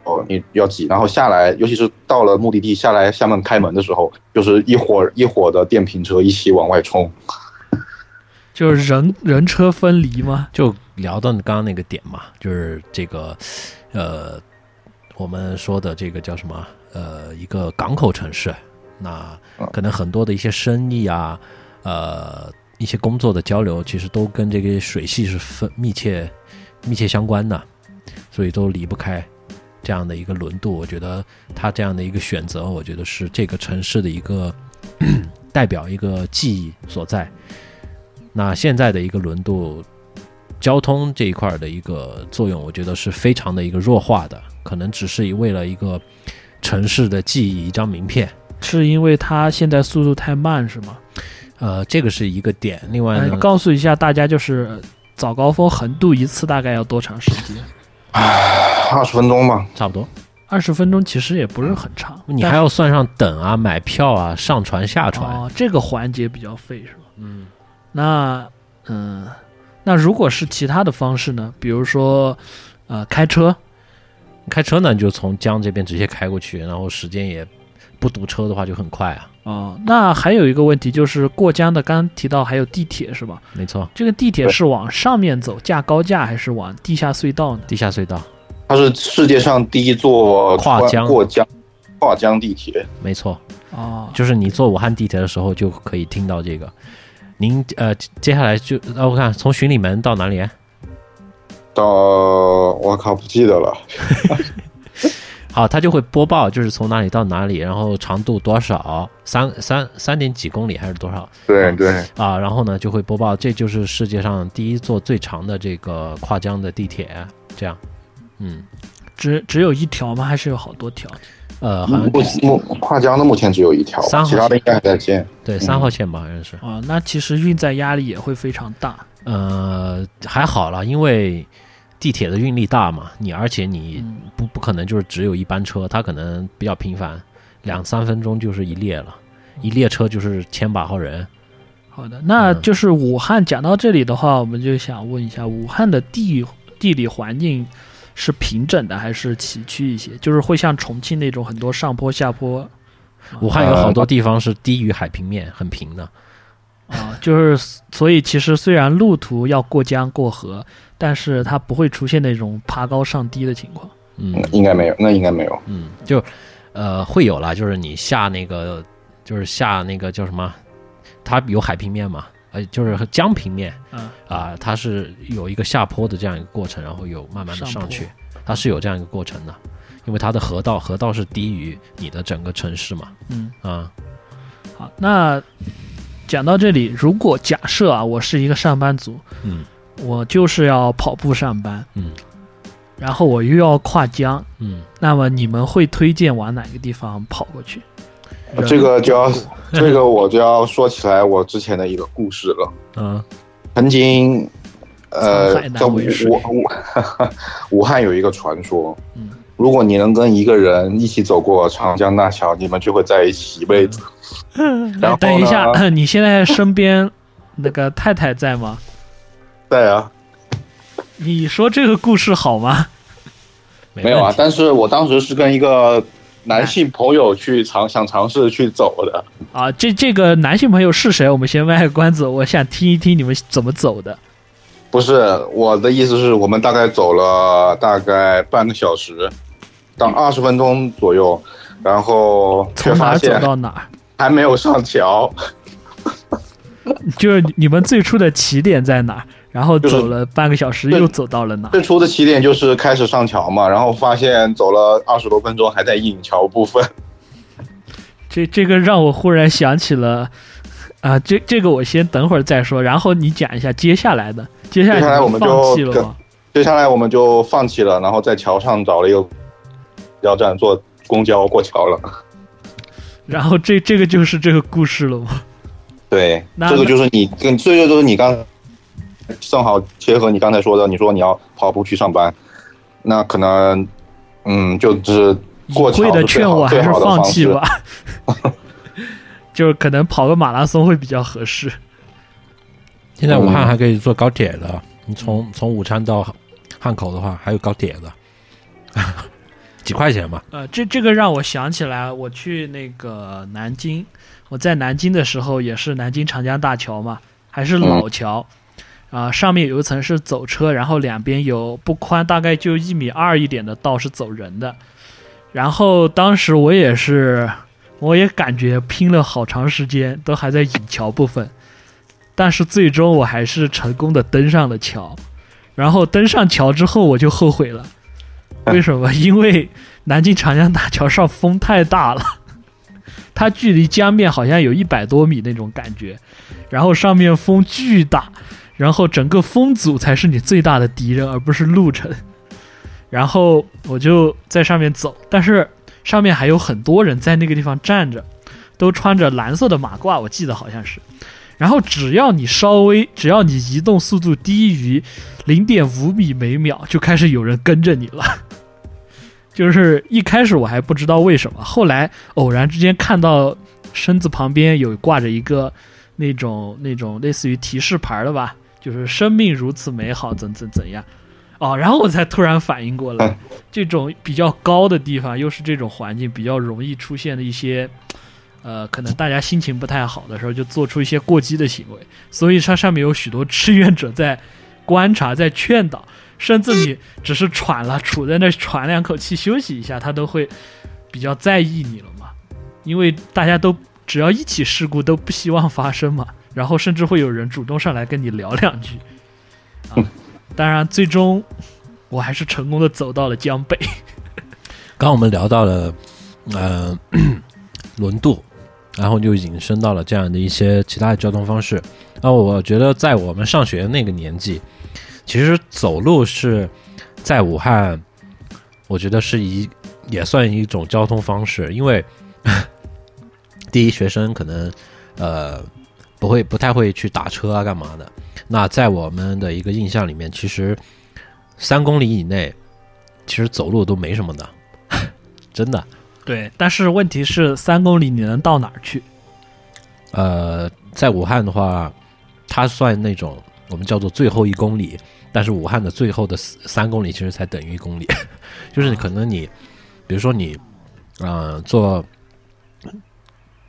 Speaker 4: 哦，你要挤，然后下来，尤其是到了目的地下来，下面开门的时候，就是一伙一伙的电瓶车一起往外冲，
Speaker 2: 就是人人车分离吗？
Speaker 3: 就聊到你刚刚那个点嘛，就是这个，呃，我们说的这个叫什么？呃，一个港口城市，那可能很多的一些生意啊，呃，一些工作的交流，其实都跟这个水系是分密切密切相关的，所以都离不开这样的一个轮渡。我觉得他这样的一个选择，我觉得是这个城市的一个 [clears throat] 代表一个记忆所在。那现在的一个轮渡交通这一块儿的一个作用，我觉得是非常的一个弱化的，可能只是为了一个城市的记忆一张名片。
Speaker 2: 是因为它现在速度太慢是吗？
Speaker 3: 呃，这个是一个点。另外
Speaker 2: 哎
Speaker 3: 呢，
Speaker 2: 告诉一下大家，就是早高峰横渡一次大概要多长时间？
Speaker 4: 二十分钟吧，
Speaker 3: 差不多，
Speaker 2: 二十分钟其实也不是很长，
Speaker 3: 你
Speaker 2: 但
Speaker 3: 还要算上等啊、买票啊、上船下船。
Speaker 2: 哦，这个环节比较费是吧？嗯，那嗯、那如果是其他的方式呢？比如说呃开车，
Speaker 3: 开车呢，你就从江这边直接开过去，然后时间也不堵车的话就很快啊。
Speaker 2: 哦，那还有一个问题就是过江的，刚刚提到还有地铁是吧？
Speaker 3: 没错，
Speaker 2: 这个地铁是往上面走架高架，还是往地下隧道呢？
Speaker 3: 地下隧道，
Speaker 4: 它是世界上第一座
Speaker 3: 跨
Speaker 4: 穿
Speaker 3: 江
Speaker 4: 过江跨江地铁，
Speaker 3: 没错，
Speaker 2: 哦，
Speaker 3: 就是你坐武汉地铁的时候就可以听到这个。您呃，接下来就呃，我看从巡礼门到哪里啊？
Speaker 4: 到我靠不记得了，
Speaker 3: 好，它就会播报就是从哪里到哪里，然后长度多少，三三三点几公里还是多少
Speaker 4: 对对，
Speaker 3: 啊？然后呢就会播报，这就是世界上第一座最长的这个跨江的地铁，这样，嗯，
Speaker 2: 只只有一条吗？还是有好多条？
Speaker 3: 呃，好像
Speaker 4: 目目跨江的目前只有一条
Speaker 3: 三，号
Speaker 4: 其他的
Speaker 3: 线
Speaker 4: 应该还在建。
Speaker 3: 对三号线吧，好像是，
Speaker 2: 啊、那其实运载压力也会非常大。
Speaker 3: 呃，还好啦，因为地铁的运力大嘛，你而且你不不可能就是只有一班车，它可能比较频繁，两三分钟就是一列了，一列车就是千把号人。
Speaker 2: 好的，那就是武汉讲到这里的话，我们就想问一下，武汉的地地理环境是平整的还是崎岖一些？就是会像重庆那种很多上坡下坡
Speaker 3: 武汉有好多地方是低于海平面，很平的。
Speaker 2: 啊、就是所以其实虽然路途要过江过河，但是它不会出现那种爬高上低的情况。
Speaker 3: 嗯
Speaker 4: 嗯应该没有，那应该没有。
Speaker 3: 嗯，就呃会有啦，就是你下那个就是下那个叫什么，它有海平面嘛，呃就是江平面
Speaker 2: 嗯
Speaker 3: 啊、它是有一个下坡的这样一个过程，然后有慢慢
Speaker 2: 上
Speaker 3: 的上
Speaker 2: 坡
Speaker 3: 去，它是有这样一个过程的，因为它的河道河道是低于你的整个城市嘛，
Speaker 2: 嗯，
Speaker 3: 啊、
Speaker 2: 好，那讲到这里，如果假设啊，我是一个上班族，
Speaker 3: 嗯
Speaker 2: 我就是要跑步上班，
Speaker 3: 嗯
Speaker 2: 然后我又要跨江，
Speaker 3: 嗯，
Speaker 2: 那么你们会推荐往哪个地方跑过去？人
Speaker 4: 这个就要，这个我就要说起来我之前的一个故事了。
Speaker 3: 啊
Speaker 4: 曾经，呃
Speaker 2: 沧海，难
Speaker 4: 在武
Speaker 2: 为水
Speaker 4: 武 [laughs] 武汉有一个传说
Speaker 2: 嗯，
Speaker 4: 如果你能跟一个人一起走过长江大桥，你们就会在一起一辈子。然后
Speaker 2: 哎等一下， [clears throat]
Speaker 4: 呢
Speaker 2: 你现在身边那个太太在吗？
Speaker 4: 对啊，
Speaker 2: 你说这个故事好吗？
Speaker 3: 没
Speaker 4: 没有
Speaker 3: 问
Speaker 4: 啊
Speaker 3: 题，
Speaker 4: 但是我当时是跟一个
Speaker 2: 哎
Speaker 4: 男性朋友去尝想尝试去走的。
Speaker 2: 啊，这这个男性朋友是谁？我们先卖个关子，我想听一听你们怎么走的。
Speaker 4: 不是我的意思是我们大概走了大概半个小时，到二十分钟左右，然后却
Speaker 2: 从哪
Speaker 4: 发
Speaker 2: 儿走
Speaker 4: 现
Speaker 2: 到哪儿？
Speaker 4: 还没有上桥， [laughs]
Speaker 2: 就是你们最初的起点在哪儿？然后
Speaker 4: 就是
Speaker 2: 走了半个小时，
Speaker 4: 对
Speaker 2: 又走到了哪儿？
Speaker 4: 最初的起点就是开始上桥嘛，然后发现走了二十多分钟还在引桥部分， [laughs]
Speaker 2: 这这个让我忽然想起了，啊，这这个我先等会儿再说。然后你讲一下接下来的。接下来
Speaker 4: 接下来我
Speaker 2: 你
Speaker 4: 们就
Speaker 2: 放弃了吗？
Speaker 4: 接下来我们就放弃了，然后在桥上找了一个公交站坐公交过桥了。
Speaker 2: 然后这这个就是这个故事了吗？
Speaker 4: 对，
Speaker 2: 那
Speaker 4: 这个就是你跟这个就是你刚正好结合你刚才说的，你说你要跑步去上班，那可能嗯，就是
Speaker 2: 隐
Speaker 4: 过桥
Speaker 2: 晦的
Speaker 4: 是最
Speaker 2: 劝
Speaker 4: 好
Speaker 2: 我还
Speaker 4: 最
Speaker 2: 是
Speaker 4: 好的
Speaker 2: 放
Speaker 4: 方
Speaker 2: 弃
Speaker 4: 式
Speaker 2: 吧，
Speaker 4: [laughs]
Speaker 2: 就是可能跑个马拉松会比较合适。
Speaker 3: 现在武汉
Speaker 4: 嗯
Speaker 3: 还可以坐高铁的，
Speaker 2: 嗯
Speaker 3: 你从从武昌到汉口的话，还有高铁的， [laughs] 几块钱嘛。
Speaker 2: 呃，这这个让我想起来，我去那个南京，我在南京的时候也是南京长江大桥嘛，还是老桥，啊、上面有一层是走车，然后两边有不宽，大概就一米二一点的道是走人的。然后当时我也是，我也感觉拼了好长时间，都还在引桥部分，但是最终我还是成功的登上了桥。然后登上桥之后，我就后悔了，为什么？ [laughs] 因为南京长江大桥上风太大了， [laughs] 它距离江面好像有一百多米那种感觉，然后上面风巨大，然后整个风阻才是你最大的敌人，而 [laughs] 不是路程。然后我就在上面走，但是上面还有很多人在那个地方站着，都穿着蓝色的马褂，我记得好像是。然后只要你稍微，只要你移动速度低于零点五米每秒，就开始有人跟着你了。就是一开始我还不知道为什么，后来偶然之间看到身子旁边有挂着一个那种那种类似于提示牌的吧，就是生命如此美好，怎怎怎样。哦，然后我才突然反应过来，这种比较高的地方，又是这种环境，比较容易出现的一些，呃，可能大家心情不太好的时候，就做出一些过激的行为。所以它上面有许多志愿者在观察、在劝导，甚至你只是喘了，杵在那喘两口气休息一下，他都会比较在意你了嘛。因为大家都只要一起事故都不希望发生嘛，然后甚至会有人主动上来跟你聊两 [laughs] 句。啊，当然，最终我还是成功的走到了江北。
Speaker 3: 刚刚我们聊到了，呃， [clears throat] 轮渡，然后就引申到了这样的一些其他的交通方式。那我觉得在我们上学那个年纪，其实走路是在武汉，我觉得是一也算一种交通方式，因为 [laughs] 第一学生可能呃不会不太会去打车啊干嘛的。那在我们的一个印象里面，其实三公里以内，其实走路都没什么的，真的。
Speaker 2: 对，但是问题是三公里你能到哪儿去？
Speaker 3: 呃，在武汉的话，它算那种我们叫做最后一公里，但是武汉的最后的四三公里其实才等于一公里， [laughs] 就是可能你，比如说你，呃，坐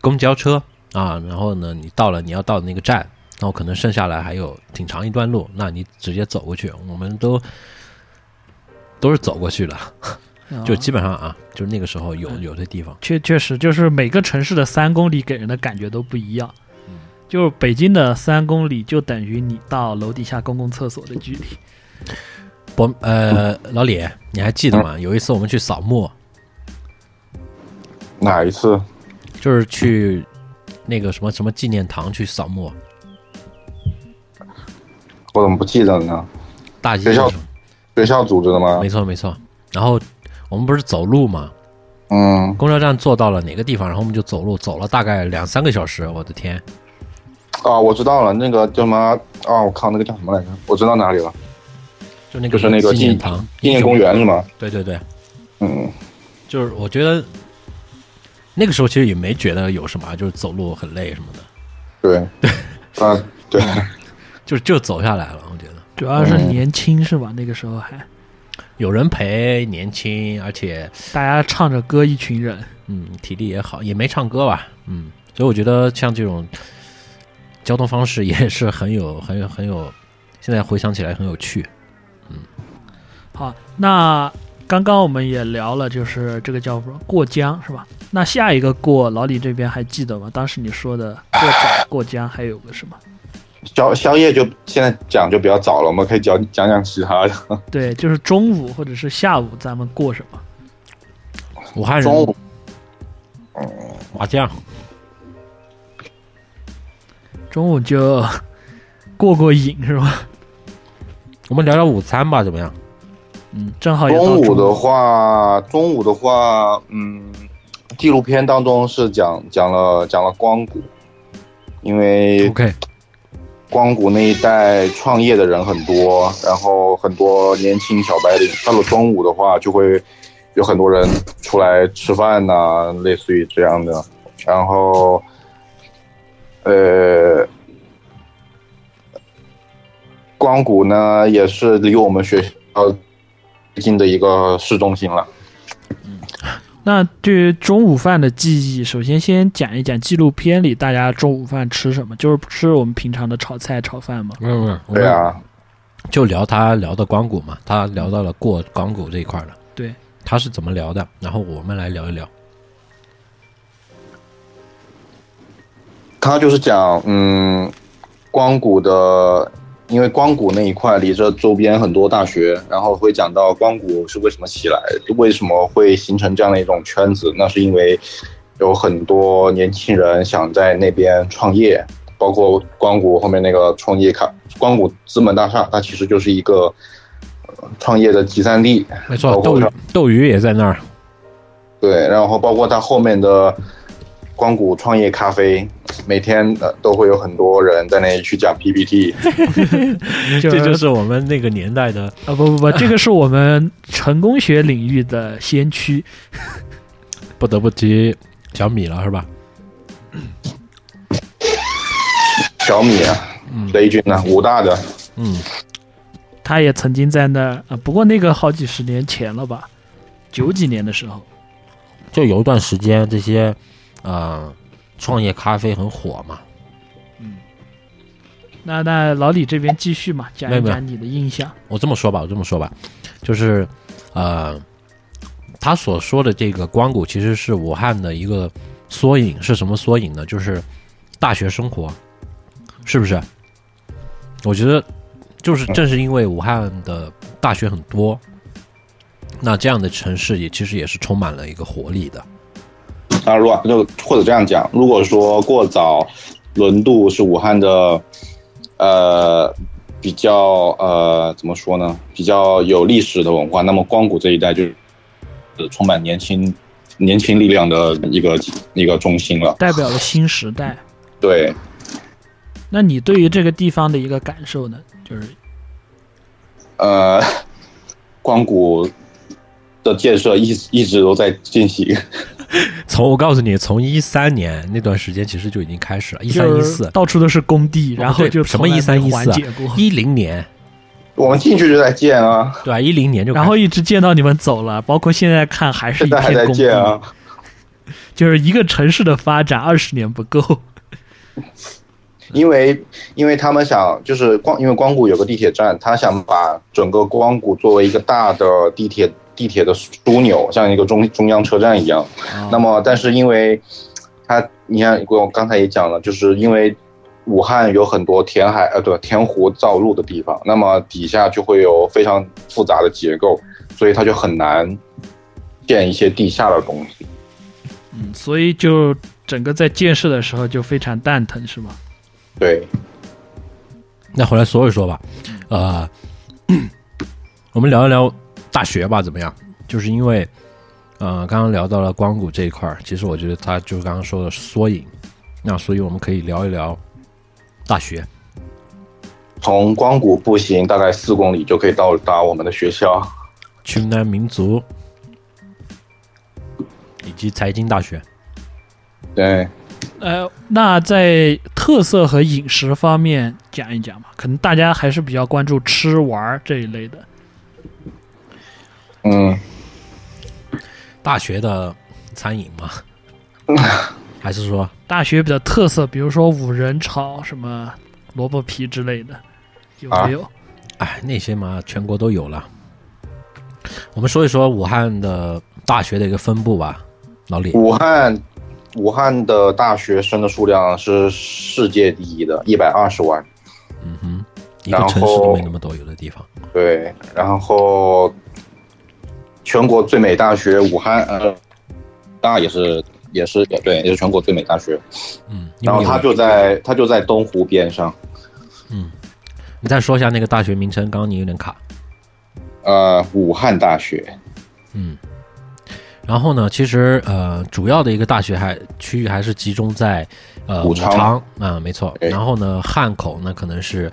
Speaker 3: 公交车啊，然后呢，你到了你要到的那个站，然后可能剩下来还有挺长一段路，那你直接走过去，我们都都是走过去的，就
Speaker 2: 啊
Speaker 3: 基本上啊，就是那个时候有有的地方。
Speaker 2: 确确实就是每个城市的三公里给人的感觉都不一样。就是北京的三公里就等于你到楼底下公共厕所的距离。
Speaker 3: 我呃，老李，你还记得吗？有一次我们去扫墓，
Speaker 4: 哪一次？
Speaker 3: 就是去那个什么什么纪念堂去扫墓，
Speaker 4: 我怎么不记得了呢？
Speaker 3: 大一
Speaker 4: 学校
Speaker 3: 的时候
Speaker 4: 学校组织的吗
Speaker 3: 没？错没错。然后我们不是走路嘛，
Speaker 4: 嗯，
Speaker 3: 公交站坐到了哪个地方，然后我们就走路，走了大概两三个小时，我的天！
Speaker 4: 啊，我知道了，那个叫什么？啊，我靠，那个叫什么来着？我知道哪里了，
Speaker 3: 就那个
Speaker 4: 就是那个
Speaker 3: 纪
Speaker 4: 纪
Speaker 3: 念堂、
Speaker 4: 纪念公，园是吗？
Speaker 3: 对对对，
Speaker 4: 嗯，
Speaker 3: 就是我觉得那个时候其实也没觉得有什么，就是走路很累什么的，
Speaker 2: [laughs]
Speaker 4: 对，啊，对， [laughs]
Speaker 3: 就就走下来了。我觉得
Speaker 2: 主要是
Speaker 4: 嗯
Speaker 2: 年轻是吧？那个时候还
Speaker 3: 有人陪，年轻，而且
Speaker 2: 大家唱着歌，一群人。
Speaker 3: 嗯，体力也好，也没唱歌吧，嗯，所以我觉得像这种交通方式也是很有、很有、很有，现在回想起来很有趣。
Speaker 2: 好，那刚刚我们也聊了，就是这个叫什么过江是吧？那下一个过老李这边还记得吗？当时你说的过早过江还有个什么？
Speaker 4: 宵宵夜就现在讲就比较早了，我们可以讲讲讲其他的。
Speaker 2: 对，就是中午或者是下午咱们过什么？
Speaker 3: 武汉
Speaker 4: 中
Speaker 3: 人啊
Speaker 4: 午
Speaker 3: 麻将，
Speaker 2: [laughs] 中午就过过瘾是吧？
Speaker 3: 我们聊聊午餐吧，怎么样？
Speaker 2: 嗯，正好也到
Speaker 4: 中午
Speaker 2: 中
Speaker 4: 的话，中午的话，嗯，纪录片当中是讲讲了讲了光谷，因为
Speaker 3: OK，
Speaker 4: 光谷那一带创业的人很多，然后很多年轻小白领，到了中午的话，就会有很多人出来吃饭呐、类似于这样的。然后，呃，光谷呢也是离我们学校最近的一个市中心了。
Speaker 2: 那对于中午饭的记忆，首先先讲一讲纪录片里大家中午饭吃什么，就是吃我们平常的炒菜炒饭嘛。
Speaker 3: 没有没有，我
Speaker 4: 对
Speaker 3: 们
Speaker 4: 啊，
Speaker 3: 就聊他聊的光谷嘛，他聊到了过光谷这一块了。
Speaker 2: 对，
Speaker 3: 他是怎么聊的？然后我们来聊一聊。
Speaker 4: 他就是讲，嗯，光谷的，因为光谷那一块离着周边很多大学，然后会讲到光谷是为什么起来，为什么会形成这样的一种圈子，那是因为有很多年轻人想在那边创业，包括光谷后面那个创业卡，光谷资本大厦，它其实就是一个呃创业的集散地，
Speaker 3: 没错，
Speaker 4: 包
Speaker 3: 斗
Speaker 4: 括
Speaker 3: 鱼
Speaker 4: 他
Speaker 3: 斗鱼也在那儿。
Speaker 4: 对，然后包括它后面的光谷创业咖啡，每天呃都会有很多人在那里去讲 PPT，
Speaker 2: 就
Speaker 3: 这就是我们那个年代的
Speaker 2: 啊不不不，这个是我们成功学领域的先驱。
Speaker 3: 不得不提小米了，是吧？
Speaker 4: 小米啊，雷军啊，武大的，
Speaker 3: 嗯，
Speaker 2: 他也曾经在那儿啊，不过那个好几十年前了吧，九几年的时候，
Speaker 3: 就有一段时间这些，呃，创业咖啡很火嘛。
Speaker 2: 那那老李这边继续嘛，讲一
Speaker 3: 没有
Speaker 2: 讲你的印象。
Speaker 3: 我这么说吧，我这么说吧，就是，呃，他所说的这个光谷其实是武汉的一个缩影，是什么缩影呢？就是大学生活，是不是？我觉得就是正是因为武汉的大学很多，那这样的城市也其实也是充满了一个活力的。
Speaker 4: 那如果就或者这样讲，如果说过早轮渡是武汉的，呃，比较呃怎么说呢，比较有历史的文化，那么光谷这一带就是呃充满年轻年轻力量的一个一个中心了，
Speaker 2: 代表了新时代。
Speaker 4: 对。
Speaker 2: 那你对于这个地方的一个感受呢？就是
Speaker 4: 呃，光谷的建设一直一直都在进行，
Speaker 3: 从我告诉你，从一三年那段时间其实就已经开始了，一三
Speaker 2: 就
Speaker 3: 一
Speaker 2: 是
Speaker 3: 四，哦
Speaker 2: 到处都是工地，然后
Speaker 3: 对
Speaker 2: 就
Speaker 3: 什么
Speaker 2: 从来没
Speaker 3: 1314
Speaker 2: 缓解 [laughs] 过，
Speaker 3: 一零年
Speaker 4: 我们进去就在建啊，
Speaker 3: 对吧？一零年就开
Speaker 2: 然
Speaker 3: 始
Speaker 2: 后一直见到你们走了，包括现在看还是
Speaker 4: 现
Speaker 2: 一
Speaker 4: 在还
Speaker 2: 片
Speaker 4: 在
Speaker 2: 工
Speaker 4: 建啊
Speaker 2: 地，。就是一个城市的发展二十年不够。
Speaker 4: 因为因为他们想就是光，因为光谷有个地铁站，他想把整个光谷作为一个大的地铁地铁的枢纽，像一个中中央车站一样。那么，但是因为它，你看我刚才也讲了，就是因为武汉有很多填海呃，对，填湖造陆的地方，那么底下就会有非常复杂的结构，所以它就很难建一些地下的东西。
Speaker 2: 嗯，所以就整个在建设的时候就非常蛋疼，是吗？
Speaker 4: 对，
Speaker 3: 那回来说一说吧，呃，我们聊一聊大学吧，怎么样？就是因为，呃，刚刚聊到了光谷这一块儿，其实我觉得它就是刚刚说的缩影，那所以我们可以聊一聊大学。
Speaker 4: 从光谷步行大概四公里就可以到达我们的学校。
Speaker 3: 群南民族以及财经大学，
Speaker 4: 对，
Speaker 2: 呃，那在特色和饮食方面讲一讲吧，可能大家还是比较关注吃玩儿这一类的。
Speaker 4: 嗯，
Speaker 3: 大学的餐饮嘛，还是说
Speaker 2: 大学比较特色，比如说五仁炒什么萝卜皮之类的，有没有？
Speaker 3: 哎，那些嘛，全国都有了。我们说一说武汉的大学的一个分布吧，老李。
Speaker 4: 武汉，武汉的大学生的数量是世界第一的，一百二十万。
Speaker 3: 嗯哼，一个
Speaker 4: 然后
Speaker 3: 城市都没那么多有的地方。
Speaker 4: 对，然后全国最美大学武汉，呃，大也是也是也对，也是全国最美大学。
Speaker 3: 嗯，因
Speaker 4: 然
Speaker 3: 为
Speaker 4: 后
Speaker 3: 有
Speaker 4: 它就在它就在东湖边上，
Speaker 3: 你再说一下那个大学名称，刚刚你有点卡。
Speaker 4: 呃，武汉大学，
Speaker 3: 然后呢，其实呃，主要的一个大学还区域还是集中在呃
Speaker 4: 武
Speaker 3: 昌
Speaker 4: 昌
Speaker 3: 啊、没错。
Speaker 4: 对
Speaker 3: 然后呢，汉口呢可能是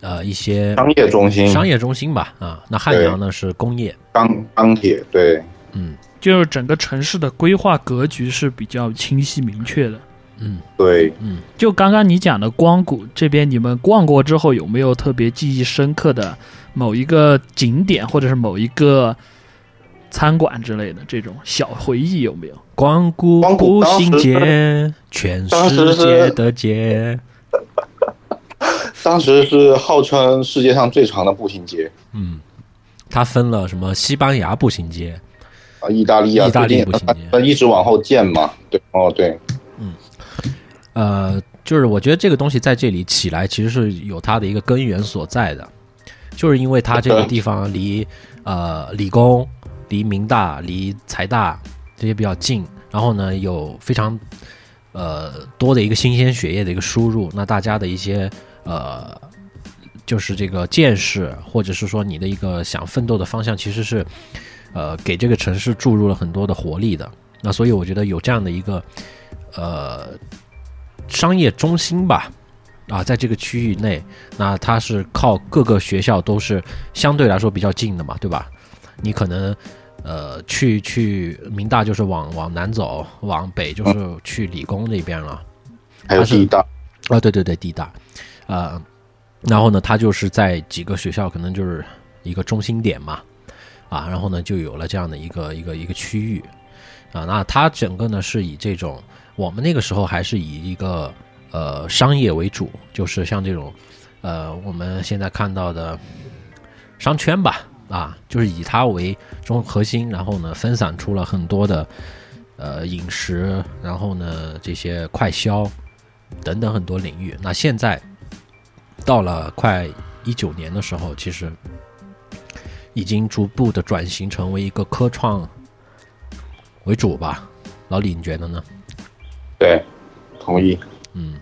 Speaker 3: 呃一些
Speaker 4: 商业中心，
Speaker 3: 商业中心吧啊、那汉阳呢是工业，
Speaker 4: 钢钢铁，对，
Speaker 3: 嗯
Speaker 2: 就是整个城市的规划格局是比较清晰明确的。
Speaker 3: 嗯
Speaker 4: 对，
Speaker 3: 嗯，
Speaker 2: 就刚刚你讲的光谷这边，你们逛过之后有没有特别记忆深刻的某一个景点，或者是某一个餐馆之类的这种小回忆有没有？
Speaker 3: 光顾
Speaker 4: 光顾
Speaker 3: 步
Speaker 4: 当时
Speaker 3: 行街，全世界的街，
Speaker 4: 当时是号称世界上最长的步行街
Speaker 3: 嗯，它分了什么西班牙步行街，
Speaker 4: 啊，意大利啊，
Speaker 3: 意大利
Speaker 4: 最
Speaker 3: 步
Speaker 4: 近
Speaker 3: 行街
Speaker 4: 它一直往后建嘛，对，哦对，
Speaker 3: 呃，就是我觉得这个东西在这里起来，其实是有它的一个根源所在的，就是因为它这个地方离呃理工、离民大、离财大这些比较近，然后呢有非常呃多的一个新鲜血液的一个输入，那大家的一些呃就是这个见识，或者是说你的一个想奋斗的方向，其实是呃给这个城市注入了很多的活力的。那所以我觉得有这样的一个呃商业中心吧，啊，在这个区域内，那它是靠各个学校都是相对来说比较近的嘛，对吧？你可能呃去去民大就是往往南走，往北就是去理工那边了。
Speaker 4: 还有
Speaker 3: 它是
Speaker 4: 地大，
Speaker 3: 啊，对对对，地大，呃，然后呢，它就是在几个学校可能就是一个中心点嘛，啊，然后呢就有了这样的一个一个一个区域，啊，那它整个呢是以这种我们那个时候还是以一个呃商业为主，就是像这种呃我们现在看到的商圈吧，啊，就是以它为中核心，然后呢分散出了很多的呃饮食，然后呢这些快消。等等很多领域。那现在到了快一九年的时候，其实已经逐步的转型成为一个科创为主吧。老李，你觉得呢？
Speaker 4: 对，同意，
Speaker 3: 嗯，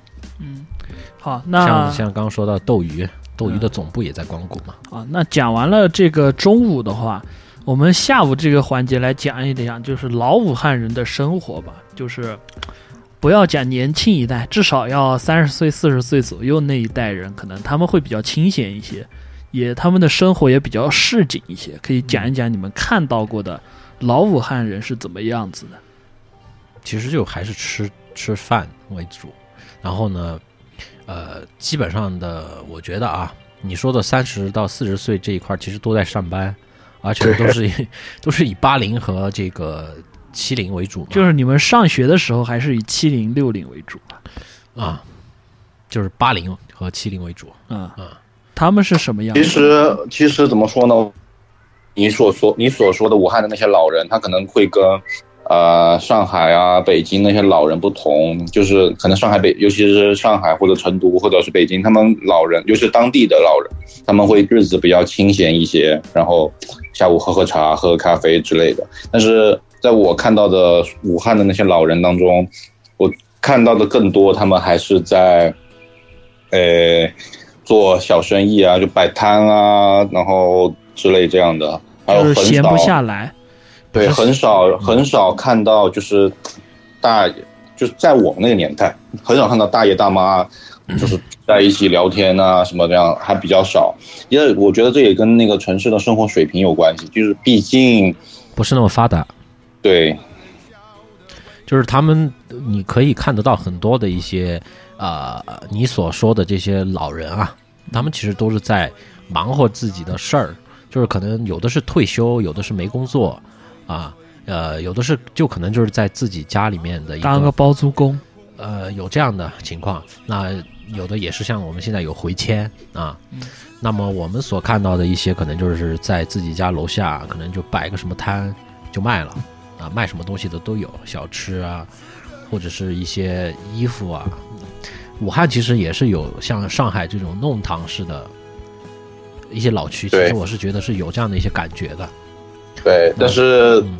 Speaker 2: 好，
Speaker 3: 像
Speaker 2: 那
Speaker 3: 像刚刚说到斗鱼，斗鱼的总部也在光谷嘛。
Speaker 2: 啊，那讲完了这个中午的话，我们下午这个环节来讲一讲，就是老武汉人的生活吧，就是不要讲年轻一代，至少要三十岁、四十岁左右那一代人，可能他们会比较清闲一些，也他们的生活也比较市井一些。可以讲一讲你们看到过的老武汉人是怎么样子的？
Speaker 3: 其实就还是吃吃饭为主。然后呢，呃，基本上的，我觉得啊，你说的三十到四十岁这一块，其实都在上班，而且都是以都是以八零和这个七零为主嘛，
Speaker 2: 就是你们上学的时候还是以七零、六零为主吧？
Speaker 3: 啊，就是八零和七零为主。
Speaker 2: 啊、
Speaker 3: 嗯
Speaker 2: 他们是什么样
Speaker 4: 其
Speaker 2: 子？
Speaker 4: 实其实怎么说呢？你所说你所说的武汉的那些老人，他可能会跟呃上海啊、北京那些老人不同，就是可能上海北，尤其是上海或者成都或者是北京，他们老人，尤其是当地的老人，他们会日子比较清闲一些，然后下午喝喝茶、喝喝咖啡之类的。但是在我看到的武汉的那些老人当中，我看到的更多，他们还是在，呃，做小生意啊，就摆摊啊，然后之类这样的，还有
Speaker 2: 就
Speaker 4: 很
Speaker 2: 是闲
Speaker 4: 少
Speaker 2: 不下来，
Speaker 4: 对，很
Speaker 3: 嗯
Speaker 4: 少很少看到就是大，就是在我们那个年代，很少看到大爷大妈
Speaker 3: 嗯
Speaker 4: 就是在一起聊天啊什么这样，还比较少。因为我觉得这也跟那个城市的生活水平有关系，就是毕竟
Speaker 3: 不是那么发达，
Speaker 4: 对
Speaker 3: 就是他们你可以看得到很多的一些呃，你所说的这些老人啊，他们其实都是在忙活自己的事儿，就是可能有的是退休，有的是没工作啊，呃，有的是就可能就是在自己家里面的一
Speaker 2: 当个
Speaker 3: 个
Speaker 2: 包租公。
Speaker 3: 呃有这样的情况，那有的也是像我们现在有回迁啊。那么我们所看到的一些，可能就是在自己家楼下，可能就摆个什么摊就卖了，啊，卖什么东西的都有，小吃啊，或者是一些衣服啊。武汉其实也是有像上海这种弄堂式的一些老区，其
Speaker 4: 对
Speaker 3: 实我是觉得是有这样的一些感觉的。
Speaker 4: 对，但是
Speaker 3: 嗯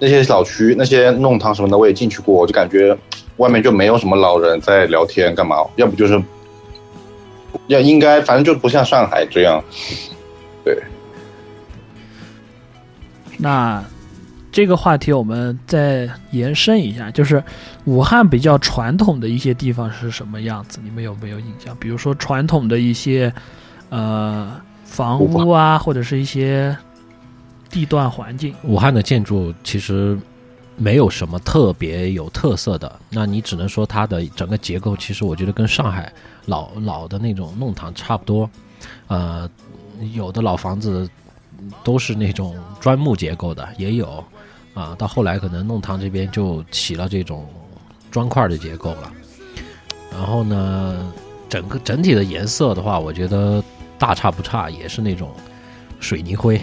Speaker 4: 那些小区那些弄堂什么的，我也进去过，我就感觉外面就没有什么老人在聊天干嘛，要不就是要应该，反正就不像上海这样。
Speaker 2: 那这个话题我们再延伸一下，就是武汉比较传统的一些地方是什么样子？你们有没有印象？比如说传统的一些呃房屋啊，或者是一些地段环境。
Speaker 3: 武汉的建筑其实没有什么特别有特色的，那你只能说它的整个结构，其实我觉得跟上海老老的那种弄堂差不多。呃，有的老房子都是那种砖木结构的，也有啊。到后来可能弄堂这边就起了这种砖块的结构了。然后呢，整个整体的颜色的话，我觉得大差不差，也是那种水泥灰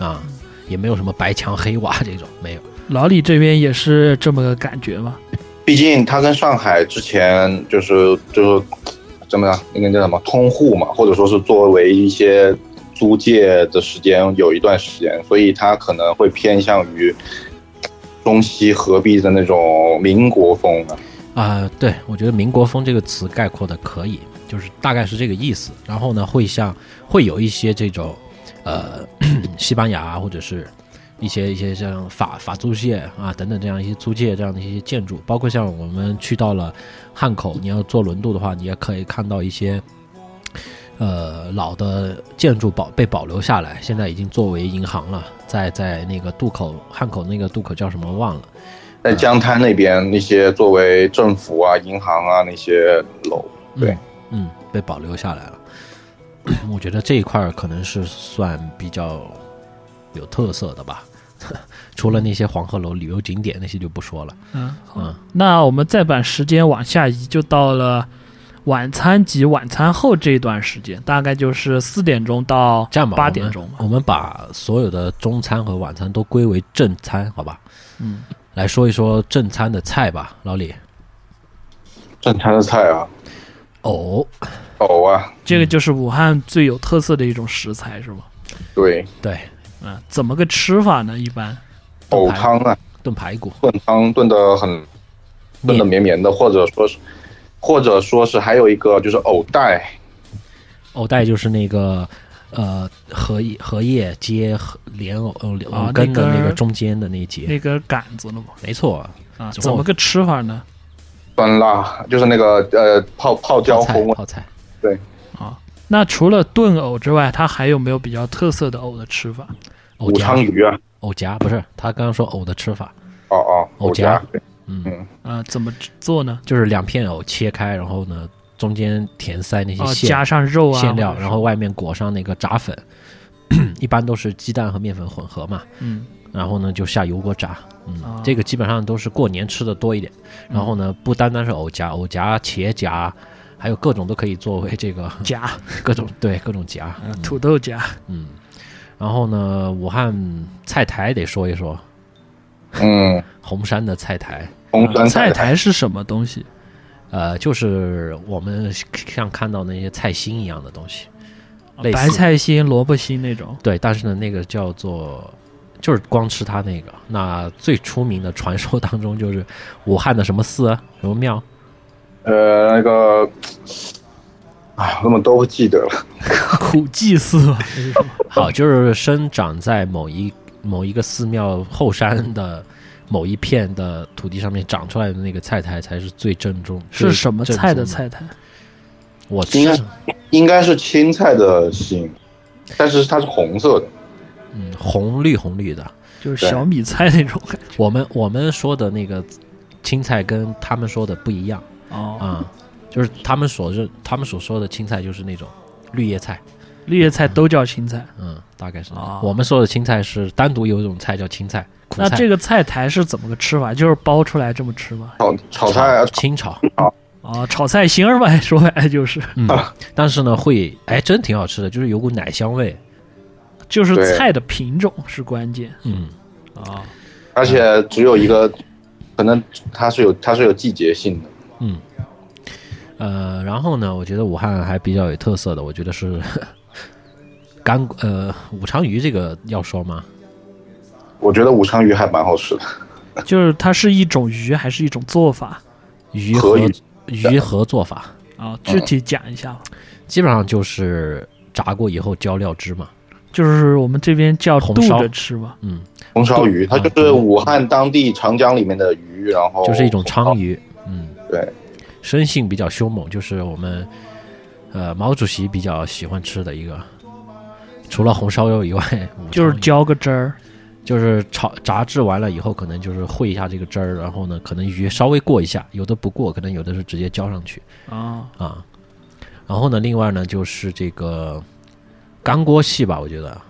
Speaker 3: 啊，也没有什么白墙黑瓦这种，没有。
Speaker 2: 老李这边也是这么个感觉吗？
Speaker 4: 毕竟它跟上海之前就是就是怎么样，那个叫什么通户嘛，或者说是作为一些租借的时间有一段时间，所以它可能会偏向于中西合璧的那种民国风啊。
Speaker 3: 啊、对，我觉得“民国风”这个词概括的可以，就是大概是这个意思。然后呢，会像会有一些这种，呃， [clears throat] 西班牙或者是一些一些像法法租界啊等等这样一些租界这样的一些建筑，包括像我们去到了汉口，你要坐轮渡的话，你也可以看到一些。呃，老的建筑保被保留下来，现在已经作为银行了，在在那个渡口汉口那个渡口叫什么忘了，
Speaker 4: 在江滩那边那些作为政府啊、银行啊那些楼，对
Speaker 3: 嗯，被保留下来了。 [clears throat] 我觉得这一块儿可能是算比较有特色的吧， [laughs] 除了那些黄鹤楼旅游景点那些就不说了。
Speaker 2: 嗯，
Speaker 3: 嗯，
Speaker 2: 那我们再把时间往下移，就到了晚餐及晚餐后这一段时间，大概就是四点钟到
Speaker 3: 这样吧，
Speaker 2: 八
Speaker 3: 我
Speaker 2: 点
Speaker 3: 们
Speaker 2: 钟嘛。
Speaker 3: 我们把所有的中餐和晚餐都归为正餐，好吧？
Speaker 2: 嗯，
Speaker 3: 来说一说正餐的菜吧，老李。
Speaker 4: 正餐的菜啊，
Speaker 3: 藕、
Speaker 4: 藕啊，
Speaker 2: 这
Speaker 3: 嗯
Speaker 2: 个就是武汉最有特色的一种食材，是吗？
Speaker 4: 对，
Speaker 3: 对，
Speaker 2: 啊，怎么个吃法呢？一般
Speaker 4: 藕汤啊，
Speaker 3: 炖排骨，
Speaker 4: 炖汤炖的很炖的
Speaker 3: 面
Speaker 4: 绵绵的，或者说是，或者说是还有一个就是藕带，
Speaker 3: 藕带就是那个呃荷叶荷叶接荷莲藕藕
Speaker 2: 啊
Speaker 3: 藕根
Speaker 2: 那
Speaker 3: 的
Speaker 2: 根儿
Speaker 3: 那个中间的那一节，
Speaker 2: 那根杆子了嘛。
Speaker 3: 没错，
Speaker 2: 啊，
Speaker 3: 怎
Speaker 2: 怎
Speaker 3: 么
Speaker 2: 么个吃法呢？
Speaker 4: 酸辣，就是那个呃泡泡椒
Speaker 3: 泡菜
Speaker 4: 红啊，
Speaker 3: 泡菜。
Speaker 2: 啊，那除了炖藕之外，它还有没有比较特色的藕的吃法？
Speaker 3: 藕
Speaker 4: 武昌
Speaker 3: 夹，
Speaker 4: 鱼啊，
Speaker 3: 藕夹不是他刚刚说藕的吃法，
Speaker 4: 哦哦，
Speaker 3: 藕
Speaker 4: 藕
Speaker 3: 夹
Speaker 4: 夹，
Speaker 2: 啊，怎么做呢？
Speaker 3: 就是两片藕切开，然后呢中间填塞那些
Speaker 2: 啊，
Speaker 3: 馅、
Speaker 2: 加上肉啊，
Speaker 3: 馅料，
Speaker 2: 或者是
Speaker 3: 然后外面裹上那个炸粉， [coughs] 一般都是鸡蛋和面粉混合嘛，
Speaker 2: 嗯，
Speaker 3: 然后呢就下油锅炸。嗯，
Speaker 2: 啊嗯
Speaker 3: 这个基本上都是过年吃的多一点。然后呢，不单单是藕夹，藕夹、茄夹，还有各种都可以作为这个 [laughs]
Speaker 2: 夹，
Speaker 3: 各种对各种夹。
Speaker 2: 啊土豆夹，
Speaker 3: 嗯，然后呢，武汉菜台得说一说
Speaker 4: 嗯，
Speaker 3: 红山的菜台。
Speaker 4: 红
Speaker 2: 啊
Speaker 4: 酸
Speaker 2: 菜
Speaker 4: 苔
Speaker 2: 苔是什么东西？
Speaker 3: 呃，就是我们像看到那些菜心一样的东西，
Speaker 2: 啊
Speaker 3: 类似
Speaker 2: 白菜心、萝卜心那
Speaker 3: [laughs]
Speaker 2: 种。
Speaker 3: 对，但是呢，那个叫做就是光吃它那个。那最出名的传说当中就是武汉的什么寺啊、什么庙，
Speaker 4: 呃那个，哎，我怎么都不记得了，
Speaker 2: 苦祭祀吧，这是什么
Speaker 3: 好，就是生长在某一某一个寺庙后山的某一片的土地上面长出来的那个菜苔才是最正宗。
Speaker 2: 是什么
Speaker 3: 最
Speaker 2: 菜的
Speaker 3: 正宗？
Speaker 2: 菜苔？
Speaker 3: 我
Speaker 4: 应
Speaker 3: 吃
Speaker 4: 该应该是青菜的心，但是它是红色的，
Speaker 3: 嗯，红绿红绿的。
Speaker 2: 就是小米菜那种感觉。
Speaker 3: 我们我们说的那个青菜跟他们说的不一样
Speaker 2: 哦，
Speaker 3: 啊、就是他们所认他们所说的青菜就是那种绿叶菜，
Speaker 2: 绿叶菜都叫青菜。
Speaker 3: 嗯，大概是那样、
Speaker 2: 啊
Speaker 3: 我们说的青菜是单独有一种菜叫青菜，苦
Speaker 2: 那
Speaker 3: 菜，
Speaker 2: 这个菜苔是怎么个吃法？就是包出来这么吃吗？
Speaker 4: 炒炒菜啊，
Speaker 3: 清炒，
Speaker 2: 啊，炒菜心儿呗， [laughs] 说白了就是
Speaker 4: [laughs]
Speaker 3: 嗯，但是呢会哎真挺好吃的，就是有股奶香味，
Speaker 2: 就是
Speaker 4: 对
Speaker 2: 菜的品种是关键
Speaker 3: 嗯，
Speaker 2: 啊。
Speaker 4: 而且只有一个，可能它是有它是有季节性的，
Speaker 3: 呃，然后呢，我觉得武汉还比较有特色的，我觉得是 [laughs] 干呃武昌鱼这个要说吗？
Speaker 4: 我觉得武昌鱼还蛮好吃的。
Speaker 2: 就是它是一种鱼还是一种做法
Speaker 3: 鱼
Speaker 4: 河
Speaker 3: 和
Speaker 4: 鱼
Speaker 3: 鱼和做法，
Speaker 2: 啊？具体讲一下吧。
Speaker 3: 基本上就是炸过以后浇料汁嘛。
Speaker 2: 就是我们这边叫
Speaker 3: 红
Speaker 2: 炖
Speaker 3: 烧
Speaker 2: 着吃嘛，
Speaker 3: 嗯，
Speaker 4: 红烧鱼，它
Speaker 3: 啊
Speaker 4: 就是武汉当地长江里面的鱼，然后哦
Speaker 3: 就是一种鲳鱼，嗯，
Speaker 4: 对，
Speaker 3: 生性比较凶猛，就是我们呃毛主席比较喜欢吃的一个。除了红烧肉以外，武
Speaker 2: 就是
Speaker 3: 鲳鱼
Speaker 2: 浇个汁儿，
Speaker 3: [laughs] 就是炒炸制完了以后，可能就是烩一下这个汁儿，然后呢，可能鱼稍微过一下，有的不过，可能有的是直接浇上去
Speaker 2: 啊，
Speaker 3: 啊。然后呢，另外呢就是这个干锅系吧，我觉得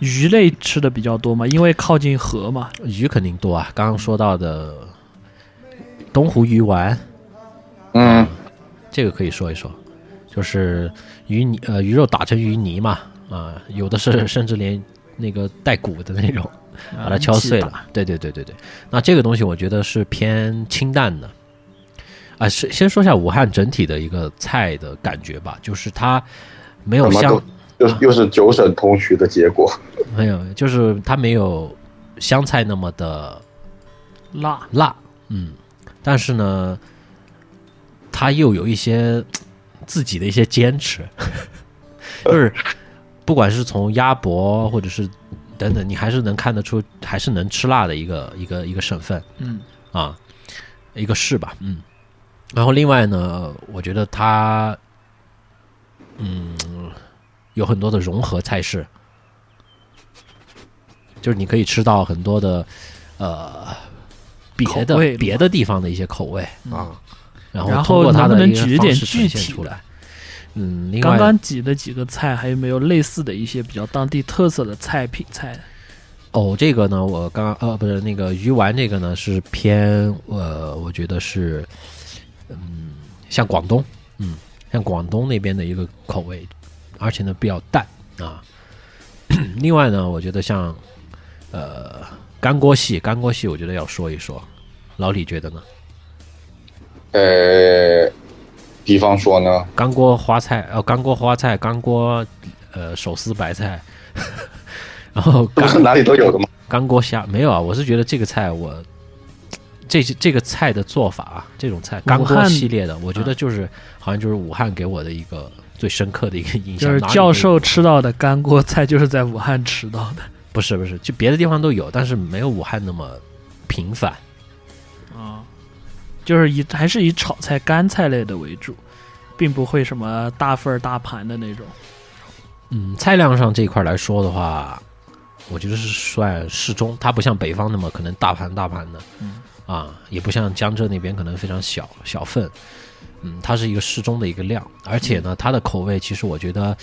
Speaker 2: 鱼类吃的比较多嘛，因为靠近河嘛，
Speaker 3: 鱼肯定多啊。刚刚说到的东湖鱼丸，
Speaker 4: 嗯，
Speaker 3: 这个可以说一说，就是鱼泥呃鱼肉打成鱼泥嘛啊，有的是甚至连那个带骨的那种，
Speaker 2: 啊
Speaker 3: 把它敲碎了。对对对对对，那这个东西我觉得是偏清淡的。啊，是先说一下武汉整体的一个菜的感觉吧，就是它没有
Speaker 4: 什么
Speaker 3: 像
Speaker 4: 都就是嗯又是九省同学的结果，
Speaker 3: 没有，就是它没有湘菜那么的
Speaker 2: 辣，
Speaker 3: 辣，嗯，但是呢，它又有一些自己的一些坚持， [laughs] 就是不管是从鸭脖或者是等等，你还是能看得出，还是能吃辣的一个一个一个省份。
Speaker 2: 嗯，
Speaker 3: 啊，一个是吧，嗯。然后另外呢，我觉得它，嗯，有很多的融合菜式，就是你可以吃到很多的，呃，别
Speaker 2: 口味
Speaker 3: 的别的地方的一些口味啊，然
Speaker 2: 然
Speaker 3: 通
Speaker 2: 后
Speaker 3: 过它
Speaker 2: 能不
Speaker 3: 的
Speaker 2: 能
Speaker 3: 一个
Speaker 2: 举一
Speaker 3: 方
Speaker 2: 点
Speaker 3: 式呈
Speaker 2: 具
Speaker 3: 现
Speaker 2: 体
Speaker 3: 出
Speaker 2: 的
Speaker 3: 来。嗯，另
Speaker 2: 刚
Speaker 3: 外
Speaker 2: 刚挤的几个菜，还有没有类似的一些比较当地特色的菜品菜？
Speaker 3: 藕哦这个呢，我刚呃不是那个鱼丸这个呢是偏呃，我觉得是嗯，像广东，嗯，像广东那边的一个口味，而且呢比较淡啊。另外呢，我觉得像呃干锅系，干锅系我觉得要说一说，老李觉得呢？
Speaker 4: 呃，比方说呢，
Speaker 3: 干锅花菜，呃干锅花菜，干锅呃手撕白菜， [laughs] 然后
Speaker 4: 是
Speaker 3: 干
Speaker 4: [laughs] 不是哪里都有的嘛？
Speaker 3: 干锅虾没有啊，我是觉得这个菜我这这个菜的做法啊，这种菜
Speaker 2: 武汉啊
Speaker 3: 干锅系列的，我觉得就是、好像就是武汉给我的一个最深刻的一个印
Speaker 2: 就
Speaker 3: 象。
Speaker 2: 是
Speaker 3: 哪里都有
Speaker 2: 教授吃到的干锅菜，就是在武汉吃到的
Speaker 3: 不是不是，就别的地方都有，但是没有武汉那么频繁。
Speaker 2: 啊，就是以还是以炒菜、干菜类的为主，并不会什么大份儿大盘的那种。
Speaker 3: 嗯，菜量上这一块来说的话，我觉得是算适中，它不像北方那么可能大盘大盘的，
Speaker 2: 嗯
Speaker 3: 啊，也不像江浙那边可能非常小小份，嗯，它是一个适中的一个量，而且呢，它的口味其实我觉得，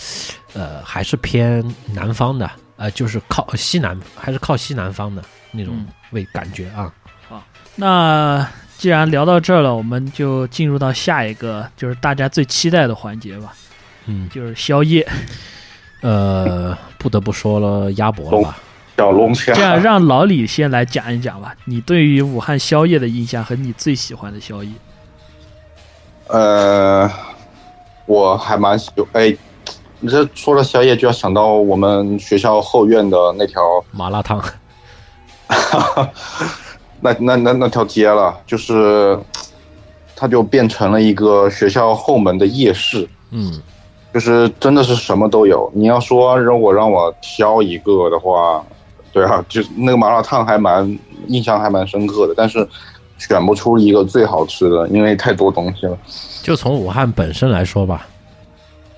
Speaker 3: 呃，还是偏南方的，呃，就是靠西南，还是靠西南方的那种
Speaker 2: 嗯
Speaker 3: 味感觉啊，
Speaker 2: 那既然聊到这儿了，我们就进入到下一个，就是大家最期待的环节吧，
Speaker 3: 嗯，
Speaker 2: 就是宵夜。
Speaker 3: 呃，不得不说了鸭脖了吧，
Speaker 4: 小龙虾
Speaker 2: 这样让老李先来讲一讲吧，你对于武汉宵夜的印象和你最喜欢的宵夜。
Speaker 4: 呃，我还蛮喜哎，你这说到宵夜就要想到我们学校后院的那条
Speaker 3: 麻辣烫，
Speaker 4: 那那那那条街了，就是它就变成了一个学校后门的夜市，
Speaker 3: 嗯，
Speaker 4: 就是真的是什么都有。你要说让我让我挑一个的话，对啊，就那个麻辣烫还蛮印象还蛮深刻的，但是选不出一个最好吃的，因为太多东西了。
Speaker 3: 就从武汉本身来说吧，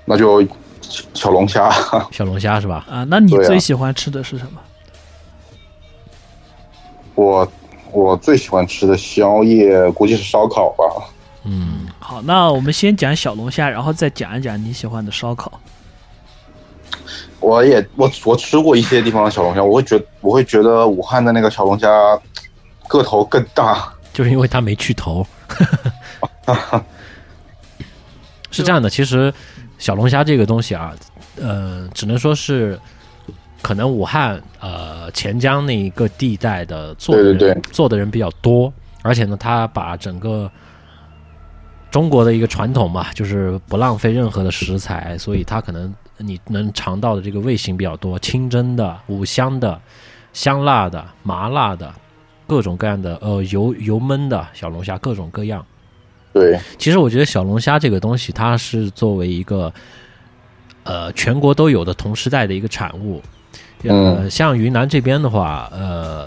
Speaker 4: 那就小小龙虾，
Speaker 3: 小龙虾是吧？
Speaker 2: 啊，那你
Speaker 4: 对啊
Speaker 2: 最喜欢吃的是什么？
Speaker 4: 我我最喜欢吃的宵夜估计是烧烤吧。
Speaker 3: 嗯，
Speaker 2: 好，那我们先讲小龙虾，然后再讲一讲你喜欢的烧烤。
Speaker 4: 我也我我吃过一些地方的小龙虾，我会觉我会觉得武汉的那个小龙虾个头更大。
Speaker 3: 就是因为它没去
Speaker 4: [laughs]
Speaker 3: 头。是这样的，其实小龙虾这个东西啊，呃，只能说是可能武汉呃钱江那一个地带的做的人
Speaker 4: 对对对
Speaker 3: 做的人比较多，而且呢，他把整个中国的一个传统嘛，就是不浪费任何的食材，所以它可能你能尝到的这个味型比较多，清蒸的、五香的、香辣的、麻辣的，各种各样的，呃，油油焖的小龙虾，各种各样。
Speaker 4: 对，
Speaker 3: 其实我觉得小龙虾这个东西，它是作为一个呃全国都有的同时代的一个产物。呃，像云南这边的话，呃，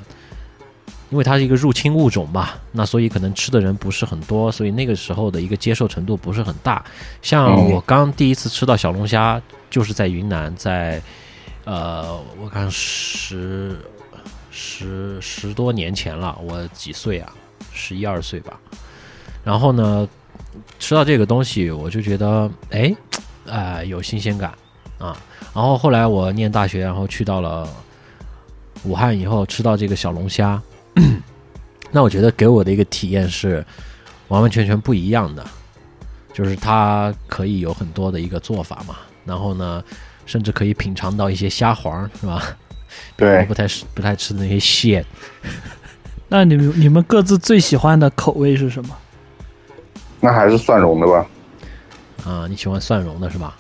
Speaker 3: 因为它是一个入侵物种嘛，那所以可能吃的人不是很多，所以那个时候的一个接受程度不是很大。像
Speaker 4: 嗯
Speaker 3: 我刚第一次吃到小龙虾，就是在云南，在呃，我看十十十多年前了，我几岁啊？十一二岁吧。然后呢，吃到这个东西，我就觉得，哎，啊、有新鲜感啊。然后后来我念大学，然后去到了武汉以后，吃到这个小龙虾， [clears throat] 那我觉得给我的一个体验是完完全全不一样的，就是它可以有很多的一个做法嘛。然后呢，甚至可以品尝到一些虾黄，是吧？我
Speaker 4: 对，
Speaker 3: 不太吃不太吃的那些蟹，
Speaker 2: 那你们你们各自最喜欢的口味是什么？
Speaker 4: 那还是蒜蓉的吧。
Speaker 3: 啊、你喜欢蒜蓉的是吧？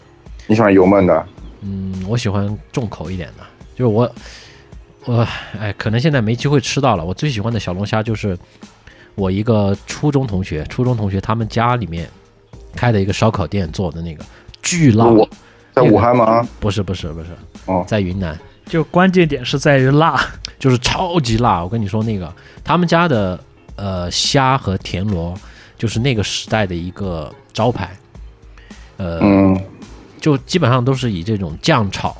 Speaker 4: 你喜欢油焖的？
Speaker 3: 嗯，我喜欢重口一点的，就是我我哎，可能现在没机会吃到了。我最喜欢的小龙虾就是我一个初中同学，初中同学他们家里面开的一个烧烤店做的那个，巨辣。
Speaker 4: 我在武汉吗？
Speaker 3: 不是不是不是，
Speaker 4: 哦
Speaker 3: 在云南
Speaker 2: 就关键点是在于辣，
Speaker 3: 就是超级辣。我跟你说那个他们家的呃虾和田螺就是那个时代的一个招牌，呃，
Speaker 4: 嗯，
Speaker 3: 就基本上都是以这种酱炒，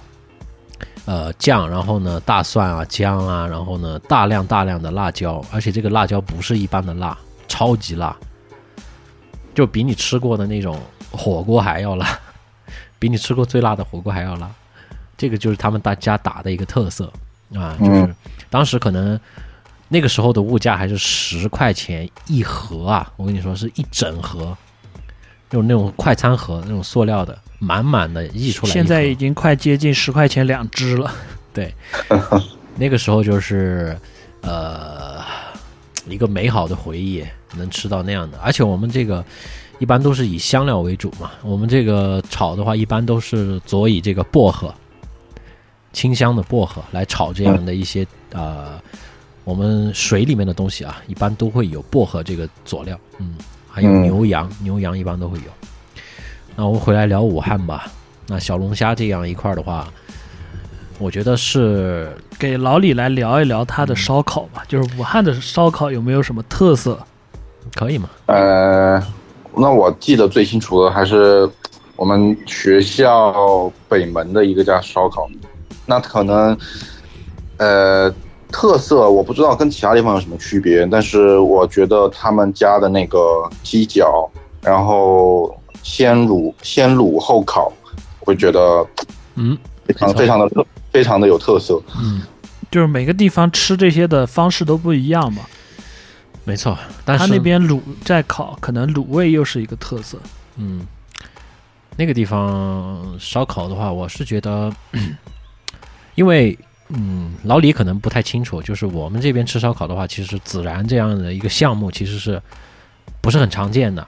Speaker 3: 呃酱，然后呢大蒜啊姜啊，然后呢大量大量的辣椒，而且这个辣椒不是一般的辣，超级辣，就比你吃过的那种火锅还要辣， [laughs] 比你吃过最辣的火锅还要辣。这个就是他们大家打的一个特色啊，就是
Speaker 4: 嗯
Speaker 3: 当时可能那个时候的物价还是十块钱一盒啊，我跟你说是一整盒，用那种快餐盒那种塑料的，满满的溢出来一盒。
Speaker 2: 现在已经快接近十块钱两只了。
Speaker 3: 那个时候就是呃一个美好的回忆，能吃到那样的。而且我们这个一般都是以香料为主嘛，我们这个炒的话一般都是佐以这个薄荷，清香的薄荷来炒这样的一些、呃我们水里面的东西啊，一般都会有薄荷这个佐料，嗯，还有
Speaker 4: 嗯
Speaker 3: 牛羊，牛羊一般都会有。那我们回来聊武汉吧。那小龙虾这样一块儿的话，我觉得是
Speaker 2: 给老李来聊一聊他的烧烤吧，就是武汉的烧烤有没有什么特色？
Speaker 3: 可以嘛？
Speaker 4: 呃，那我记得最清楚的还是我们学校北门的一个家烧烤，那可能呃特色我不知道跟其他地方有什么区别，但是我觉得他们家的那个鸡脚，然后先卤先卤后烤，会觉得
Speaker 3: 嗯，
Speaker 4: 非常
Speaker 3: 没错
Speaker 4: 非常的特非常的有特色。
Speaker 3: 嗯，
Speaker 2: 就是每个地方吃这些的方式都不一样嘛。
Speaker 3: 没错。但
Speaker 2: 他
Speaker 3: 是
Speaker 2: 那边卤在烤，可能卤味又是一个特色。
Speaker 3: 嗯，那个地方烧烤的话，我是觉得， [clears throat] 因为嗯，老李可能不太清楚，就是我们这边吃烧烤的话，其实孜然这样的一个项目其实是不是很常见的，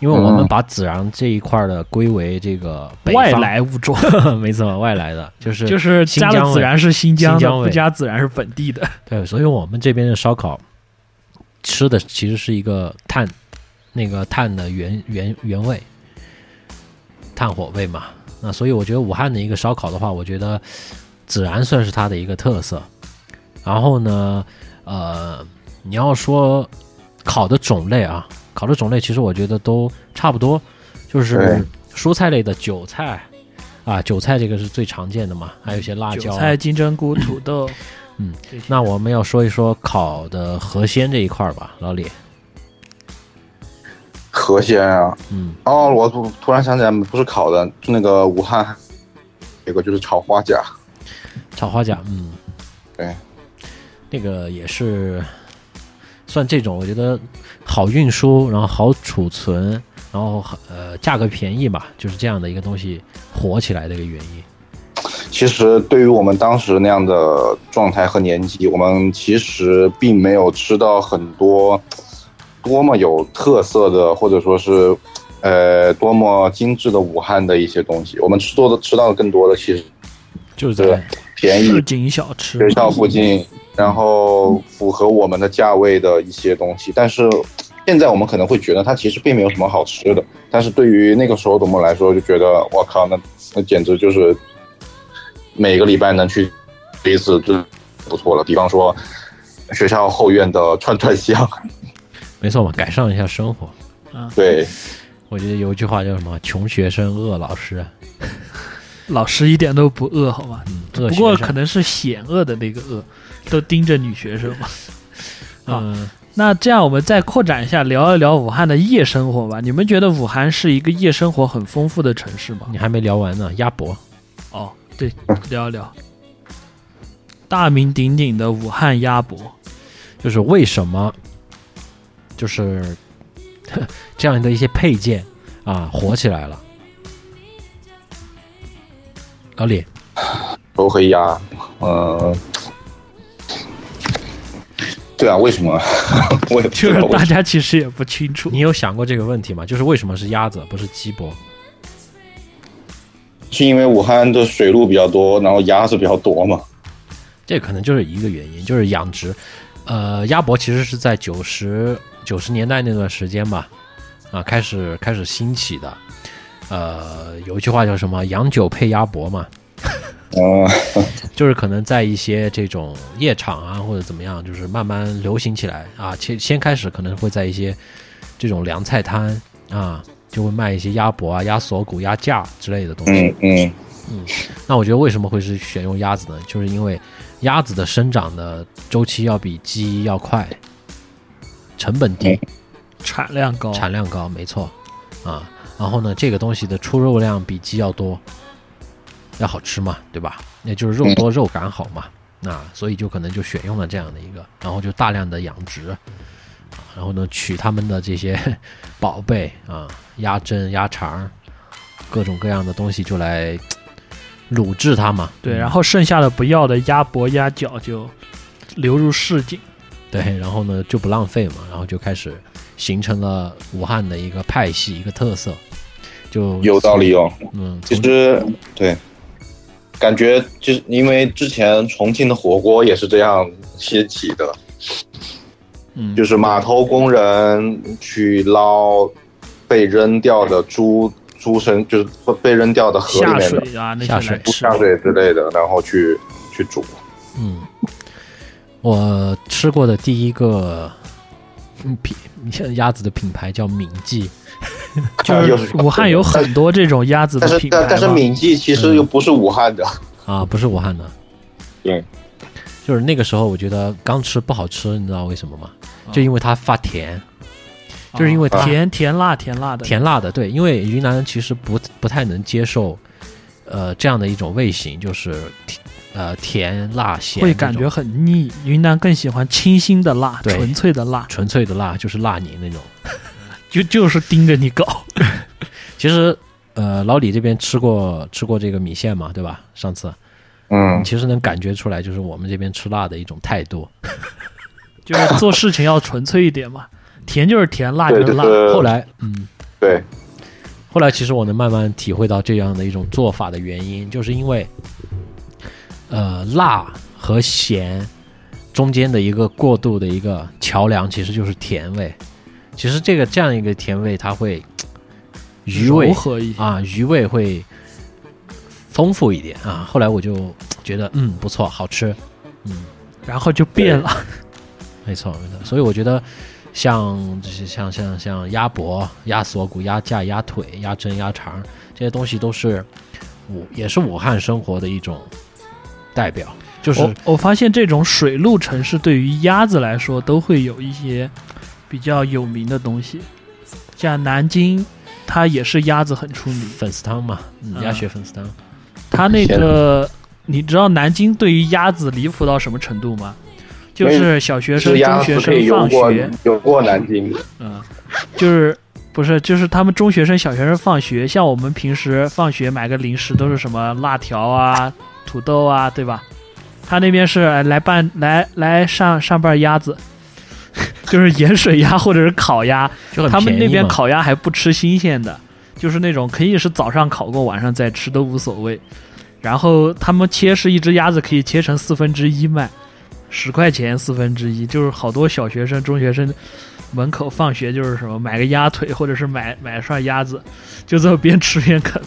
Speaker 3: 因为我们
Speaker 4: 嗯
Speaker 3: 把孜然这一块儿的归为这个北
Speaker 2: 外
Speaker 3: 方，
Speaker 2: 来物种
Speaker 3: [laughs] 没错，外来的，就是
Speaker 2: 就是加了孜然是新疆
Speaker 3: 新
Speaker 2: 的，
Speaker 3: 疆味
Speaker 2: 不加孜然是本地的。
Speaker 3: 对，所以我们这边的烧烤吃的其实是一个碳，那个碳的原原原味，炭火味嘛。那所以我觉得武汉的一个烧烤的话，我觉得孜然算是它的一个特色。然后呢，呃，你要说烤的种类啊，烤的种类其实我觉得都差不多，就是蔬菜类的韭菜啊，韭菜这个是最常见的嘛，还有一些辣
Speaker 2: 韭
Speaker 3: 椒啊、
Speaker 2: 菜、金针菇、土豆，
Speaker 3: 嗯
Speaker 2: 这些，
Speaker 3: 那我们要说一说烤的河鲜这一块儿吧，老李。
Speaker 4: 河鲜啊，
Speaker 3: 嗯，
Speaker 4: 哦，我突突然想起来，不是烤的，就那个武汉有个就是炒花甲，
Speaker 3: 炒花甲，嗯，
Speaker 4: 对，
Speaker 3: 那个也是算这种，我觉得好运输，然后好储存，然后呃价格便宜吧，就是这样的一个东西火起来的一个原因。
Speaker 4: 其实对于我们当时那样的状态和年纪，我们其实并没有吃到很多多么有特色的，或者说是呃多么精致的武汉的一些东西。我们吃多的吃到的更多的其实
Speaker 3: 就是
Speaker 4: 对
Speaker 3: 在
Speaker 4: 便
Speaker 2: 市
Speaker 4: 宜
Speaker 2: 井小吃
Speaker 4: 学校附近，然后符合我们的价位的一些东西。但是现在我们可能会觉得它其实并没有什么好吃的，但是对于那个时候的我们来说，就觉得我靠，那那简直就是每个礼拜能去一次，就不错了。比方说学校后院的串串香，
Speaker 3: 没错嘛，改善一下生活。
Speaker 4: 对，
Speaker 3: 我觉得有一句话叫什么“穷学生饿老师
Speaker 2: 老师一点都不饿，好吧？”，
Speaker 3: 嗯，
Speaker 2: 不
Speaker 3: 饿学
Speaker 2: 过
Speaker 3: 生
Speaker 2: 可能是险恶的那个恶，都盯着女学
Speaker 4: [laughs]
Speaker 2: 生嘛。
Speaker 3: 嗯，
Speaker 2: 那这样我们再扩展一下，聊一聊武汉的夜生活吧。你们觉得武汉是一个夜生活很丰富的城市
Speaker 4: 嗯
Speaker 2: 吗？
Speaker 3: 你还没聊完呢，鸭脖。
Speaker 2: 哦，对，聊一聊大名鼎鼎的武汉鸭
Speaker 4: [laughs]
Speaker 2: 脖。
Speaker 3: 就是为什么，就是 [laughs] 这样的一些配件啊火起来了。老李，
Speaker 4: 都黑鸭，嗯。对啊，为什么？ [laughs] 我也不
Speaker 2: 就
Speaker 4: 知
Speaker 2: 是
Speaker 4: 道为
Speaker 2: 大
Speaker 4: 什么。 [laughs]
Speaker 2: 家其实也不清楚
Speaker 3: 你。有想过这个问题吗？就是为什么是鸭子不是鸡脖？
Speaker 4: 是因为武汉的水路比较多， [laughs] 然后鸭子比较多嘛。
Speaker 3: 这可能就是一个原因，就是养殖。呃，鸭脖其实是在九十九十年代那段时间吧，啊，开始开始兴起的。呃，有一句话叫什么“洋酒配鸭脖”嘛，
Speaker 4: 嗯，
Speaker 3: 就是可能在一些这种夜场啊或者怎么样，就是慢慢流行起来啊。先先开始可能会在一些这种凉菜摊啊，就会卖一些鸭脖啊、鸭锁骨、鸭架之类的东西。
Speaker 4: 嗯嗯，
Speaker 3: 那我觉得为什么会是选用鸭子呢？就是因为鸭子的生长的周期要比鸡要快，成本低，
Speaker 2: 产量高，
Speaker 3: 产量高，没错啊。然后呢，这个东西的出肉量比鸡要多，要好吃嘛，对吧？也就是肉多肉感好嘛，那所以就可能就选用了这样的一个，然后就大量的养殖，啊然后呢取他们的这些 [laughs] 宝贝啊，鸭胗、鸭肠，各种各样的东西就来卤制它嘛。
Speaker 4: 嗯
Speaker 2: 对，然后剩下的不要的鸭脖、鸭脚就流入市井。
Speaker 3: 对， [laughs] 然后呢就不浪费嘛，然后就开始形成了武汉的一个派系、一个特色，就
Speaker 4: 有道理哦。
Speaker 3: 嗯，
Speaker 4: 其
Speaker 3: 从
Speaker 4: 实对，感觉就是因为之前重庆的火锅也是这样兴起的，
Speaker 2: 嗯，
Speaker 4: 就是码头工人去捞被扔掉的猪猪身，就是被扔掉的河里
Speaker 2: 下
Speaker 4: 面的
Speaker 2: 水啊那
Speaker 3: 下
Speaker 2: 些
Speaker 3: 水
Speaker 2: 来
Speaker 4: 猪
Speaker 2: 吃
Speaker 4: 下。水之类的，然后去去煮。
Speaker 3: 嗯，我吃过的第一个嗯品 [laughs] 像鸭子的品牌叫敏记，
Speaker 2: 就
Speaker 4: 又
Speaker 2: 是武汉有很多这种鸭子
Speaker 4: 但
Speaker 2: 的
Speaker 4: 是
Speaker 2: 品
Speaker 4: 但
Speaker 2: 牌
Speaker 4: 但是
Speaker 2: 嘛，
Speaker 4: 敏记其实又不是武汉的，
Speaker 3: 啊，不是武汉的。
Speaker 2: 嗯
Speaker 4: 对，
Speaker 3: 就是那个时候我觉得刚吃不好吃，你知道为什么吗？
Speaker 2: 啊
Speaker 3: 就因为它发甜，就是因为它
Speaker 2: 甜甜辣甜辣的，
Speaker 3: 啊甜辣的，对，因为云南人其实不不太能接受，呃，这样的一种味型，就是甜呃甜辣咸这种，
Speaker 2: 会感觉很腻。云南更喜欢清新的辣，
Speaker 3: 对
Speaker 2: 纯粹的辣，
Speaker 3: 纯粹的辣，就是辣你那种。
Speaker 2: 就就是盯着你搞。
Speaker 3: 其实，呃，老李这边吃过吃过这个米线嘛，对吧？上次
Speaker 4: 嗯，
Speaker 3: 其实能感觉出来，就是我们这边吃辣的一种态度。
Speaker 2: 就是做事情要纯粹一点嘛，甜就是甜，辣就
Speaker 4: 对，
Speaker 2: 是
Speaker 4: 就
Speaker 2: 辣。
Speaker 4: 是
Speaker 3: 后来，嗯，
Speaker 4: 对，
Speaker 3: 后来其实我能慢慢体会到这样的一种做法的原因，就是因为，呃，辣和咸中间的一个过渡的一个桥梁，其实就是甜味。其实这个这样一个甜味，它会余味
Speaker 2: 柔和一些，
Speaker 3: 啊，余味会丰富一点啊。后来我就觉得，嗯，不错，好吃，嗯，
Speaker 2: 然后就变了。
Speaker 3: 没错，没错。所以我觉得像这些像像像鸭脖、鸭锁骨、鸭架、鸭腿、鸭胗、鸭肠这些东西都是武也是武汉生活的一种代表，就是、
Speaker 2: 我我发现这种水陆城市对于鸭子来说都会有一些比较有名的东西，像南京，它也是鸭子很出名。
Speaker 3: 粉丝汤嘛，嗯
Speaker 2: 嗯
Speaker 3: 鸭血粉丝汤。
Speaker 2: 他那个，你知道南京对于鸭子离谱到什么程度吗？就是小学生、
Speaker 4: 是鸭
Speaker 2: 中学
Speaker 4: 子可
Speaker 2: 生
Speaker 4: 以游
Speaker 2: 放
Speaker 4: 过
Speaker 2: 学，
Speaker 4: 游过南京，
Speaker 2: 嗯，就是不是就是他们中学生、小学生放学，像我们平时放学买个零食都是什么辣条啊、土豆啊，对吧？他那边是哎来拌来来上上半鸭子， [laughs] 就是盐水鸭或者是烤鸭，
Speaker 3: 就很
Speaker 2: 他们
Speaker 3: 便宜
Speaker 2: 那边
Speaker 3: 嘛
Speaker 2: 烤鸭还不吃新鲜的，就是那种可以是早上烤过，晚上再吃都无所谓。然后他们切是一只鸭子可以切成四分之一卖，十块钱四分之一，就是好多小学生、中学生门口放学就是什么买个鸭腿，或者是买买串鸭子，就这么边吃边啃，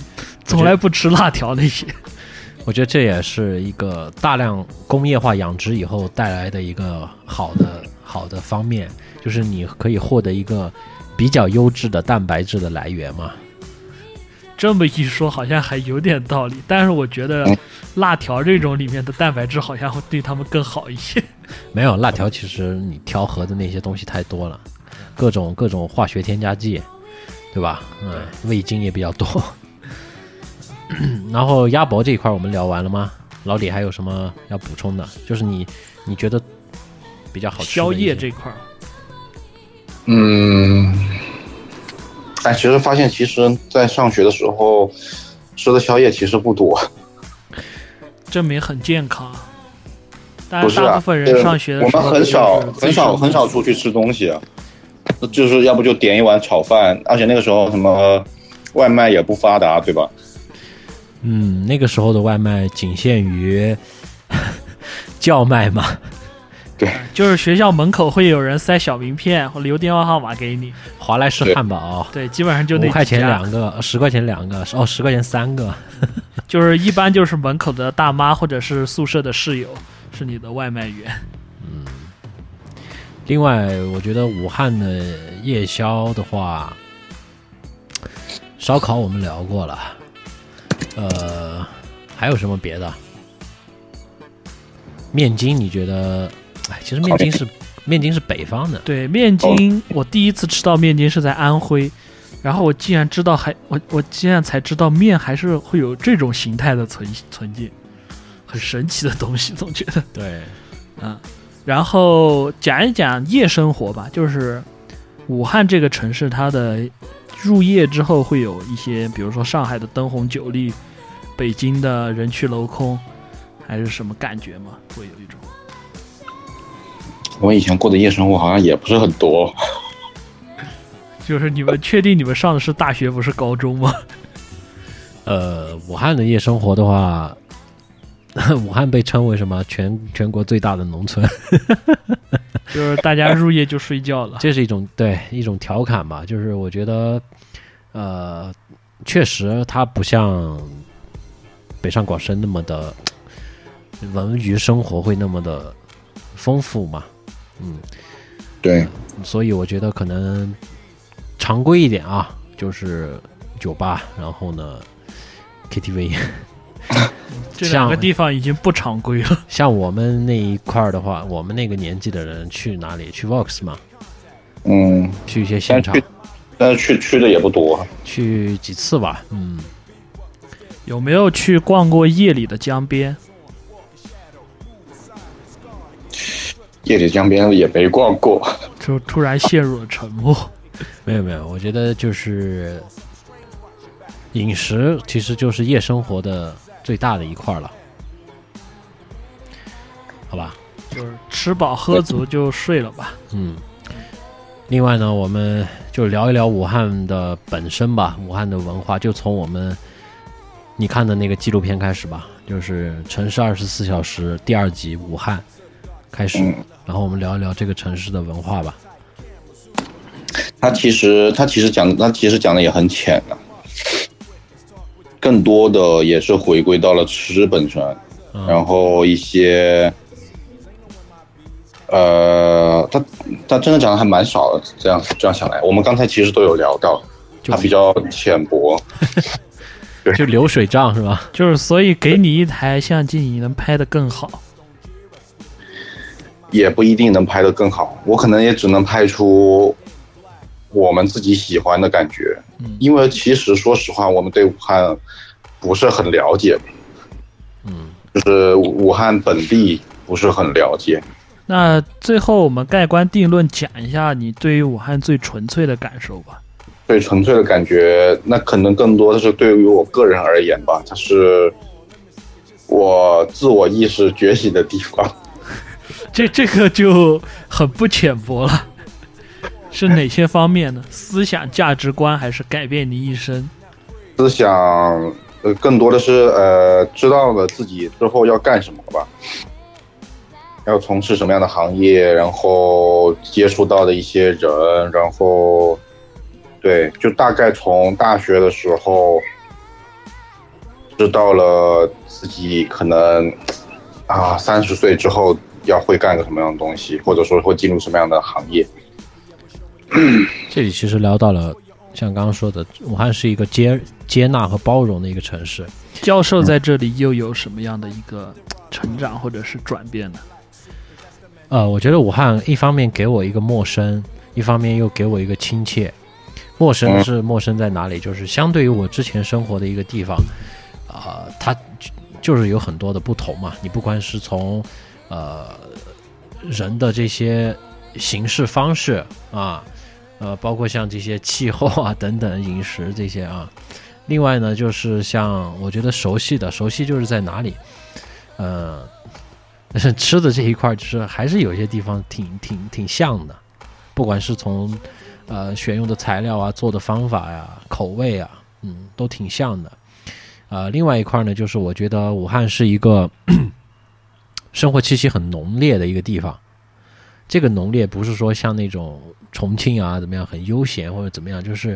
Speaker 2: 从来不吃辣条那些。
Speaker 3: 我觉得这也是一个大量工业化养殖以后带来的一个好的好的方面，就是你可以获得一个比较优质的蛋白质的来源嘛。
Speaker 2: 这么一说，好像还有点道理，但是我觉得辣条这种里面的蛋白质好像会对他们更好一些。
Speaker 3: 没有辣条，其实你调和的那些东西太多了，各种各种化学添加剂，对吧？嗯，味精也比较多。 [clears throat] 然后鸭脖这一块我们聊完了吗？老李还有什么要补充的？就是你你觉得比较好吃的
Speaker 2: 宵夜
Speaker 3: 一些
Speaker 2: 这块儿，
Speaker 4: 嗯，哎，其实发现，其实，在上学的时候吃的宵夜其实不多，
Speaker 2: 啊证明很健康。但
Speaker 4: 不
Speaker 2: 是
Speaker 4: 是
Speaker 2: 大
Speaker 4: 啊
Speaker 2: 部分
Speaker 4: 就
Speaker 2: 人
Speaker 4: 是
Speaker 2: 上学的
Speaker 4: 我
Speaker 2: 时
Speaker 4: 们
Speaker 2: 候
Speaker 4: 很少、
Speaker 2: 就是自
Speaker 4: 很少、
Speaker 2: 己
Speaker 4: 很少出去吃东西，啊就是要不就点一碗炒饭，而且那个时候什么外卖也不发达，对吧？
Speaker 3: 嗯，那个时候的外卖仅限于 [laughs] 叫卖嘛，
Speaker 2: 就是学校门口会有人塞小名片或留电话号码给你，
Speaker 3: 华莱士
Speaker 4: 对
Speaker 3: 汉堡。
Speaker 2: 对，基本上就那
Speaker 3: 五
Speaker 2: 几
Speaker 3: 块钱
Speaker 2: 家，
Speaker 3: 两个，十块钱两个，哦，十块钱三个。
Speaker 2: 就是一般就是门口的大妈或者是宿舍的室友是你的外卖员，
Speaker 3: 另外，我觉得武汉的夜宵的话，烧烤我们聊过了，呃，还有什么别的？面筋，你觉得？哎，其实面筋是面筋是北方的，
Speaker 2: 对，面筋，
Speaker 4: 哦
Speaker 2: 我第一次吃到面筋是在安徽，然后我竟然知道还我我竟然才知道面还是会有这种形态的存存进，很神奇的东西，总觉得。
Speaker 3: 对，
Speaker 2: 然后讲一讲夜生活吧，就是武汉这个城市，它的入夜之后会有一些，比如说上海的灯红酒绿，北京的人去楼空，还是什么感觉吗？会有一种
Speaker 4: 我们以前过的夜生活好像也不是很多，
Speaker 2: 就是你们确定你们上的是大学不是高中吗？
Speaker 3: 呃，武汉的夜生活的话， [laughs] 武汉被称为什么全全国最大的农村？
Speaker 2: 就是大家入夜就睡觉
Speaker 3: [laughs]
Speaker 2: 了，
Speaker 3: 这是一种对一种调侃吧，就是我觉得，呃，确实它不像北上广深那么的文娱生活会那么的丰富嘛，
Speaker 4: 对，
Speaker 3: 所以我觉得可能常规一点啊，就是酒吧，然后呢 KTV。
Speaker 2: 这两个
Speaker 3: 像
Speaker 2: 地方已经不常规了。
Speaker 3: [laughs] 像我们那一块儿的话，我们那个年纪的人去哪里？去 Vox 嘛，
Speaker 4: 嗯，
Speaker 3: 去一些现场
Speaker 4: 但，但是去去的也不多，
Speaker 3: 去几次吧，嗯。
Speaker 2: 有没有去逛过夜里的江边？
Speaker 4: 夜里江边也没逛过。
Speaker 2: 就突然陷入了沉默。
Speaker 3: 没有没有，我觉得就是饮食其实就是夜生活的最大的一块儿了，好吧？
Speaker 2: 就是吃饱喝足就睡了吧。
Speaker 3: 嗯。另外呢，我们就聊一聊武汉的本身吧，武汉的文化，就从我们你看的那个纪录片开始吧，就是《城市二十四小时》第二集武汉开始，然后我们聊一聊这个城市的文化吧。
Speaker 4: 他其实他其实讲他其实讲的也很浅的、更多的也是回归到了吃本身，然后一些，呃，他他真的讲的还蛮少的。这样这样想来，我们刚才其实都有聊到，他比较浅薄。
Speaker 3: 就流水账是吧？
Speaker 2: 就是所以给你一台相机，你能拍得更好。
Speaker 4: 也不一定能拍得更好，我可能也只能拍出我们自己喜欢的感觉。因为其实说实话，我们对武汉不是很了解，嗯，就是武汉本地不是很了解。
Speaker 2: 那最后我们盖棺定论讲一下你对于武汉最纯粹的感受吧。
Speaker 4: 最纯粹的感觉，那可能更多的是对于我个人而言吧，它是我自我意识觉醒的地方。
Speaker 2: 这这个就很不浅薄了， [laughs] 是哪些方面呢？思想、价值观，还是改变你一生？
Speaker 4: 思想，呃，更多的是呃，知道了自己之后要干什么吧。要从事什么样的行业，然后接触到的一些人，然后对，就大概从大学的时候知道了自己可能啊三十岁之后要会干个什么样的东西，或者说会进入什么样的行业。
Speaker 3: 这里其实聊到了，像刚刚说的，武汉是一个接接纳和包容的一个城市。
Speaker 2: 教授在这里又有什么样的一个成长或者是转变呢？
Speaker 3: 呃，我觉得武汉一方面给我一个陌生，一方面又给我一个亲切。陌生是陌生在哪里？就是相对于我之前生活的一个地方，啊、它就就是有很多的不同嘛。你不管是从呃人的这些行事方式啊，呃，包括像这些气候啊等等饮食这些啊。另外呢，就是像我觉得熟悉的，熟悉就是在哪里，呃，但是吃的这一块，就是还是有一些地方挺挺挺像的，不管是从呃选用的材料啊、做的方法呀、口味啊，嗯，都挺像的。呃，另外一块呢，就是我觉得武汉是一个 [coughs] 生活气息很浓烈的一个地方。这个浓烈不是说像那种重庆啊怎么样很悠闲或者怎么样，就是，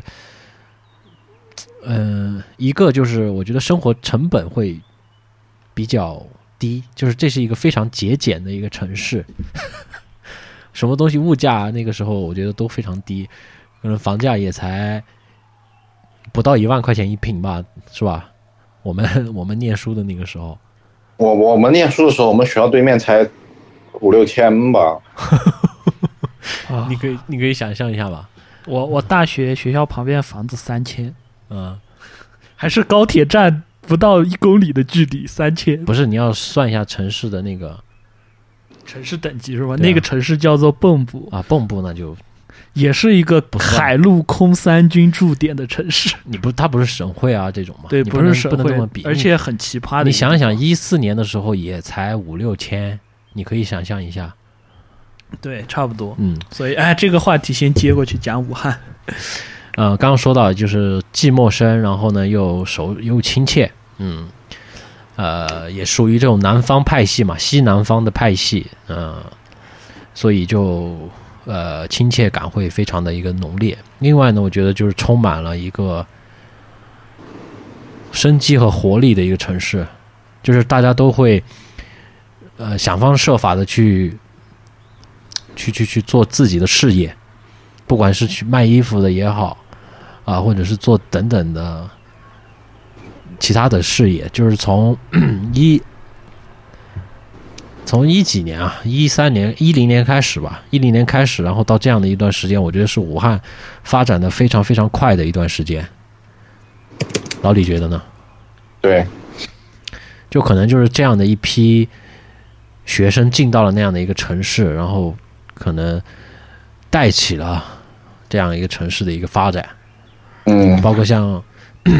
Speaker 3: 嗯，一个就是我觉得生活成本会比较低，就是这是一个非常节俭的一个城市， [laughs] 什么东西物价那个时候我觉得都非常低，嗯，房价也才不到一万块钱一平吧，是吧？我们我们念书的那个时候，
Speaker 4: 我我们念书的时候，我们学校对面才五六千吧，
Speaker 2: 啊
Speaker 3: 你可以你可以想象一下吧，
Speaker 2: 我我大学学校旁边房子三千，
Speaker 3: 嗯，
Speaker 2: 还是高铁站不到一公里的距离，三千
Speaker 3: 不是你要算一下城市的那个
Speaker 2: 城市等级是吧？
Speaker 3: 对啊
Speaker 2: 那个城市叫做蚌埠，
Speaker 3: 啊，蚌埠那就
Speaker 2: 也是一个
Speaker 3: 算
Speaker 2: 海陆空三军驻点的城市，
Speaker 3: 你不它不是省会啊这种嘛，
Speaker 2: 对，
Speaker 3: 你不
Speaker 2: 是
Speaker 3: 能
Speaker 2: 省
Speaker 3: 不能这么
Speaker 2: 会
Speaker 3: 比，，
Speaker 2: 而且很奇葩的。
Speaker 3: 你想一，想，一四年的时候也才五六千，你可以想象一下，
Speaker 2: 对，差不多。
Speaker 3: 嗯，
Speaker 2: 所以，哎，这个话题先接过去讲武汉。
Speaker 3: 呃，刚刚说到就是既陌生，然后呢又熟又亲切，嗯，呃，也属于这种南方派系嘛，西南方的派系，嗯、所以就呃亲切感会非常的一个浓烈。另外呢，我觉得就是充满了一个生机和活力的一个城市，就是大家都会呃想方设法的去去去去做自己的事业，不管是去卖衣服的也好，啊，或者是做等等的其他的事业，就是从 [clears throat] 一从一几年啊，一三年、一零年开始吧，一零年开始，然后到这样的一段时间，我觉得是武汉发展的非常非常快的一段时间。老李觉得呢？
Speaker 4: 对，
Speaker 3: 就可能就是这样的一批学生进到了那样的一个城市，然后可能带起了这样一个城市的一个发展，
Speaker 4: 嗯，
Speaker 3: 包括像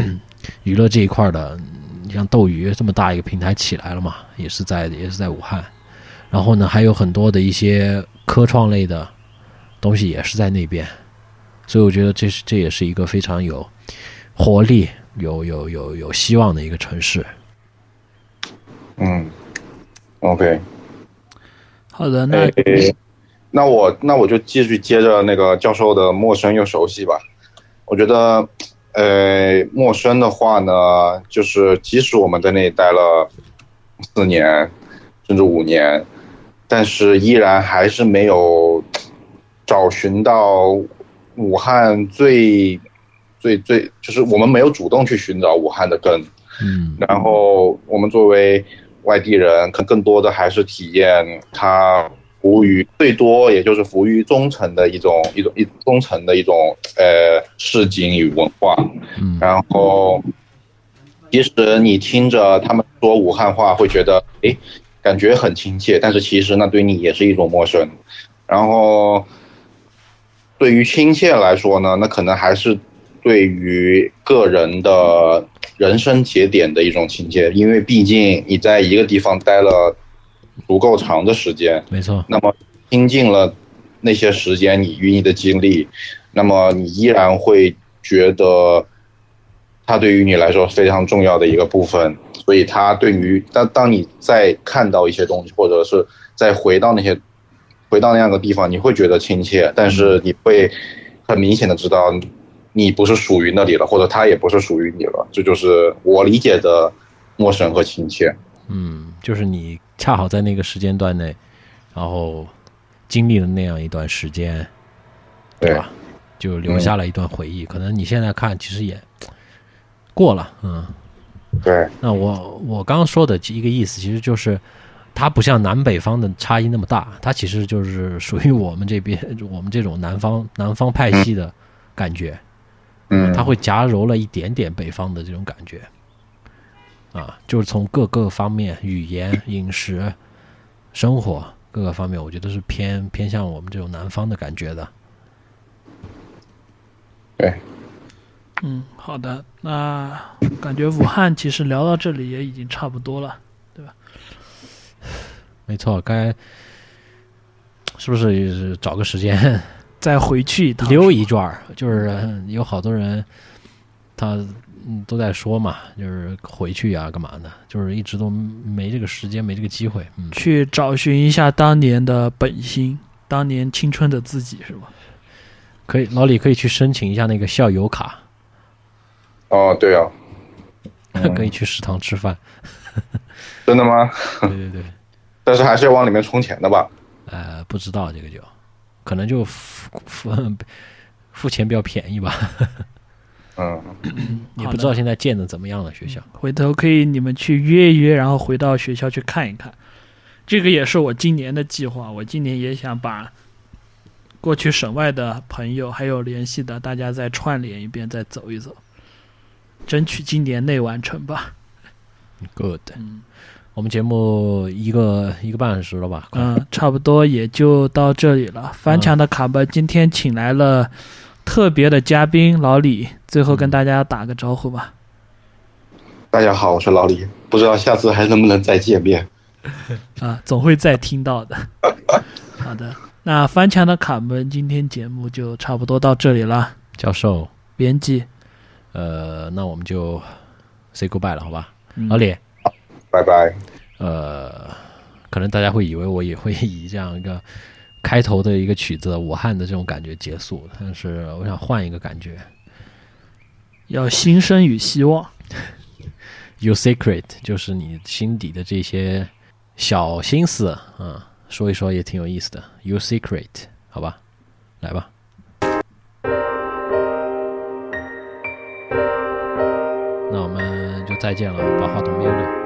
Speaker 3: [clears throat] 娱乐这一块的，嗯像斗鱼这么大一个平台起来了嘛，也是在也是在武汉，然后呢，还有很多的一些科创类的东西也是在那边，所以我觉得这是这也是一个非常有活力、有有有有希望的一个城市。
Speaker 4: 嗯，OK，
Speaker 2: 好的，那
Speaker 4: 哎，那我那我就继续接着那个教授的陌生又熟悉吧。我觉得，呃，陌生的话呢，就是即使我们在那里待了四年，甚至五年，但是依然还是没有找寻到武汉最最最，就是我们没有主动去寻找武汉的根。
Speaker 3: 嗯，
Speaker 4: 然后我们作为外地人，可能更多的还是体验它服务于最多也就是服务于中层的一种一种一中层的一种呃市井与文化。
Speaker 3: 嗯
Speaker 4: 然后，即使你听着他们说武汉话，会觉得诶感觉很亲切，但是其实那对你也是一种陌生。然后，对于亲切来说呢，那可能还是对于个人的人生节点的一种亲切，因为毕竟你在一个地方待了足够长的时间，
Speaker 3: 没错，
Speaker 4: 那么拼尽了那些时间你与你的经历，那么你依然会觉得它对于你来说是非常重要的一个部分。所以它对于当当你在看到一些东西，或者是再回到那些回到那样的地方，你会觉得亲切，但是你会很明显的知道你不是属于那里了，或者他也不是属于你了。这就是我理解的陌生和亲切。
Speaker 3: 嗯，就是你恰好在那个时间段内，然后经历了那样一段时间，对
Speaker 4: 对
Speaker 3: 吧？就留下了一段回忆。可能你现在看，其实也过了，嗯。
Speaker 4: 对，
Speaker 3: 那我我刚刚说的一个意思，其实就是它不像南北方的差异那么大，它其实就是属于我们这边 [laughs] 我们这种南方南方派系的感觉，
Speaker 4: 嗯，
Speaker 3: 它会夹柔了一点点北方的这种感觉，啊，就是从各个方面，语言、饮食、生活各个方面，我觉得是偏偏向我们这种南方的感觉的。
Speaker 4: 对，
Speaker 2: 嗯，好的，那感觉武汉其实聊到这里也已经差不多了。
Speaker 3: 没错，该是不是也是找个时间？
Speaker 2: 再回去一趟，
Speaker 3: 溜一转儿，就是嗯有好多人，他嗯都在说嘛，就是回去呀、干嘛的，就是一直都没这个时间，没这个机会。嗯，
Speaker 2: 去找寻一下当年的本心，当年青春的自己，是吧？
Speaker 3: 可以，老李可以去申请一下那个校友卡，
Speaker 4: 哦，对啊，
Speaker 2: 哦
Speaker 3: [laughs]
Speaker 4: 嗯
Speaker 3: 可以去食堂吃饭。
Speaker 4: 真的吗？
Speaker 3: 对对对，
Speaker 4: [laughs] 但是还是要往里面充钱的吧？
Speaker 3: 呃，不知道这个就，可能就付付付钱比较便
Speaker 2: [laughs]
Speaker 3: 宜吧，
Speaker 4: 嗯，
Speaker 3: 也
Speaker 2: 好的
Speaker 3: 不知道现在建的怎么样了学校。
Speaker 2: 嗯回头可以你们去约一约，然后回到学校去看一看。这个也是我今年的计划，我今年也想把过去省外的朋友还有联系的，大家再串联一遍，再走一走，争取今年内完成吧。
Speaker 3: Good，
Speaker 2: 嗯
Speaker 3: 我们节目一个一个半时了吧？快
Speaker 2: 嗯，差不多也就到这里了。翻墙的卡门今天请来了特别的嘉宾老李，最后跟
Speaker 3: 嗯
Speaker 2: 大家打个招呼吧。
Speaker 4: 大家好，我是老李，不知道下次还能不能再见面。
Speaker 2: 啊，总会再听到的。 [laughs] 好的，那翻墙的卡门今天节目就差不多到这里了。
Speaker 3: 教授，
Speaker 2: 编辑，
Speaker 3: 呃，那我们就 say goodbye 了，好吧？
Speaker 2: 嗯
Speaker 3: 老李，
Speaker 4: 拜拜。
Speaker 3: 呃，可能大家会以为我也会以这样一个开头的一个曲子，武汉的这种感觉结束，但是我想换一个感觉
Speaker 2: 要心生与希望。
Speaker 3: ，Your secret 就是你心底的这些小心思啊、嗯说一说也挺有意思的，Your secret，好吧，来吧。那我们就再见了，把话筒灭了。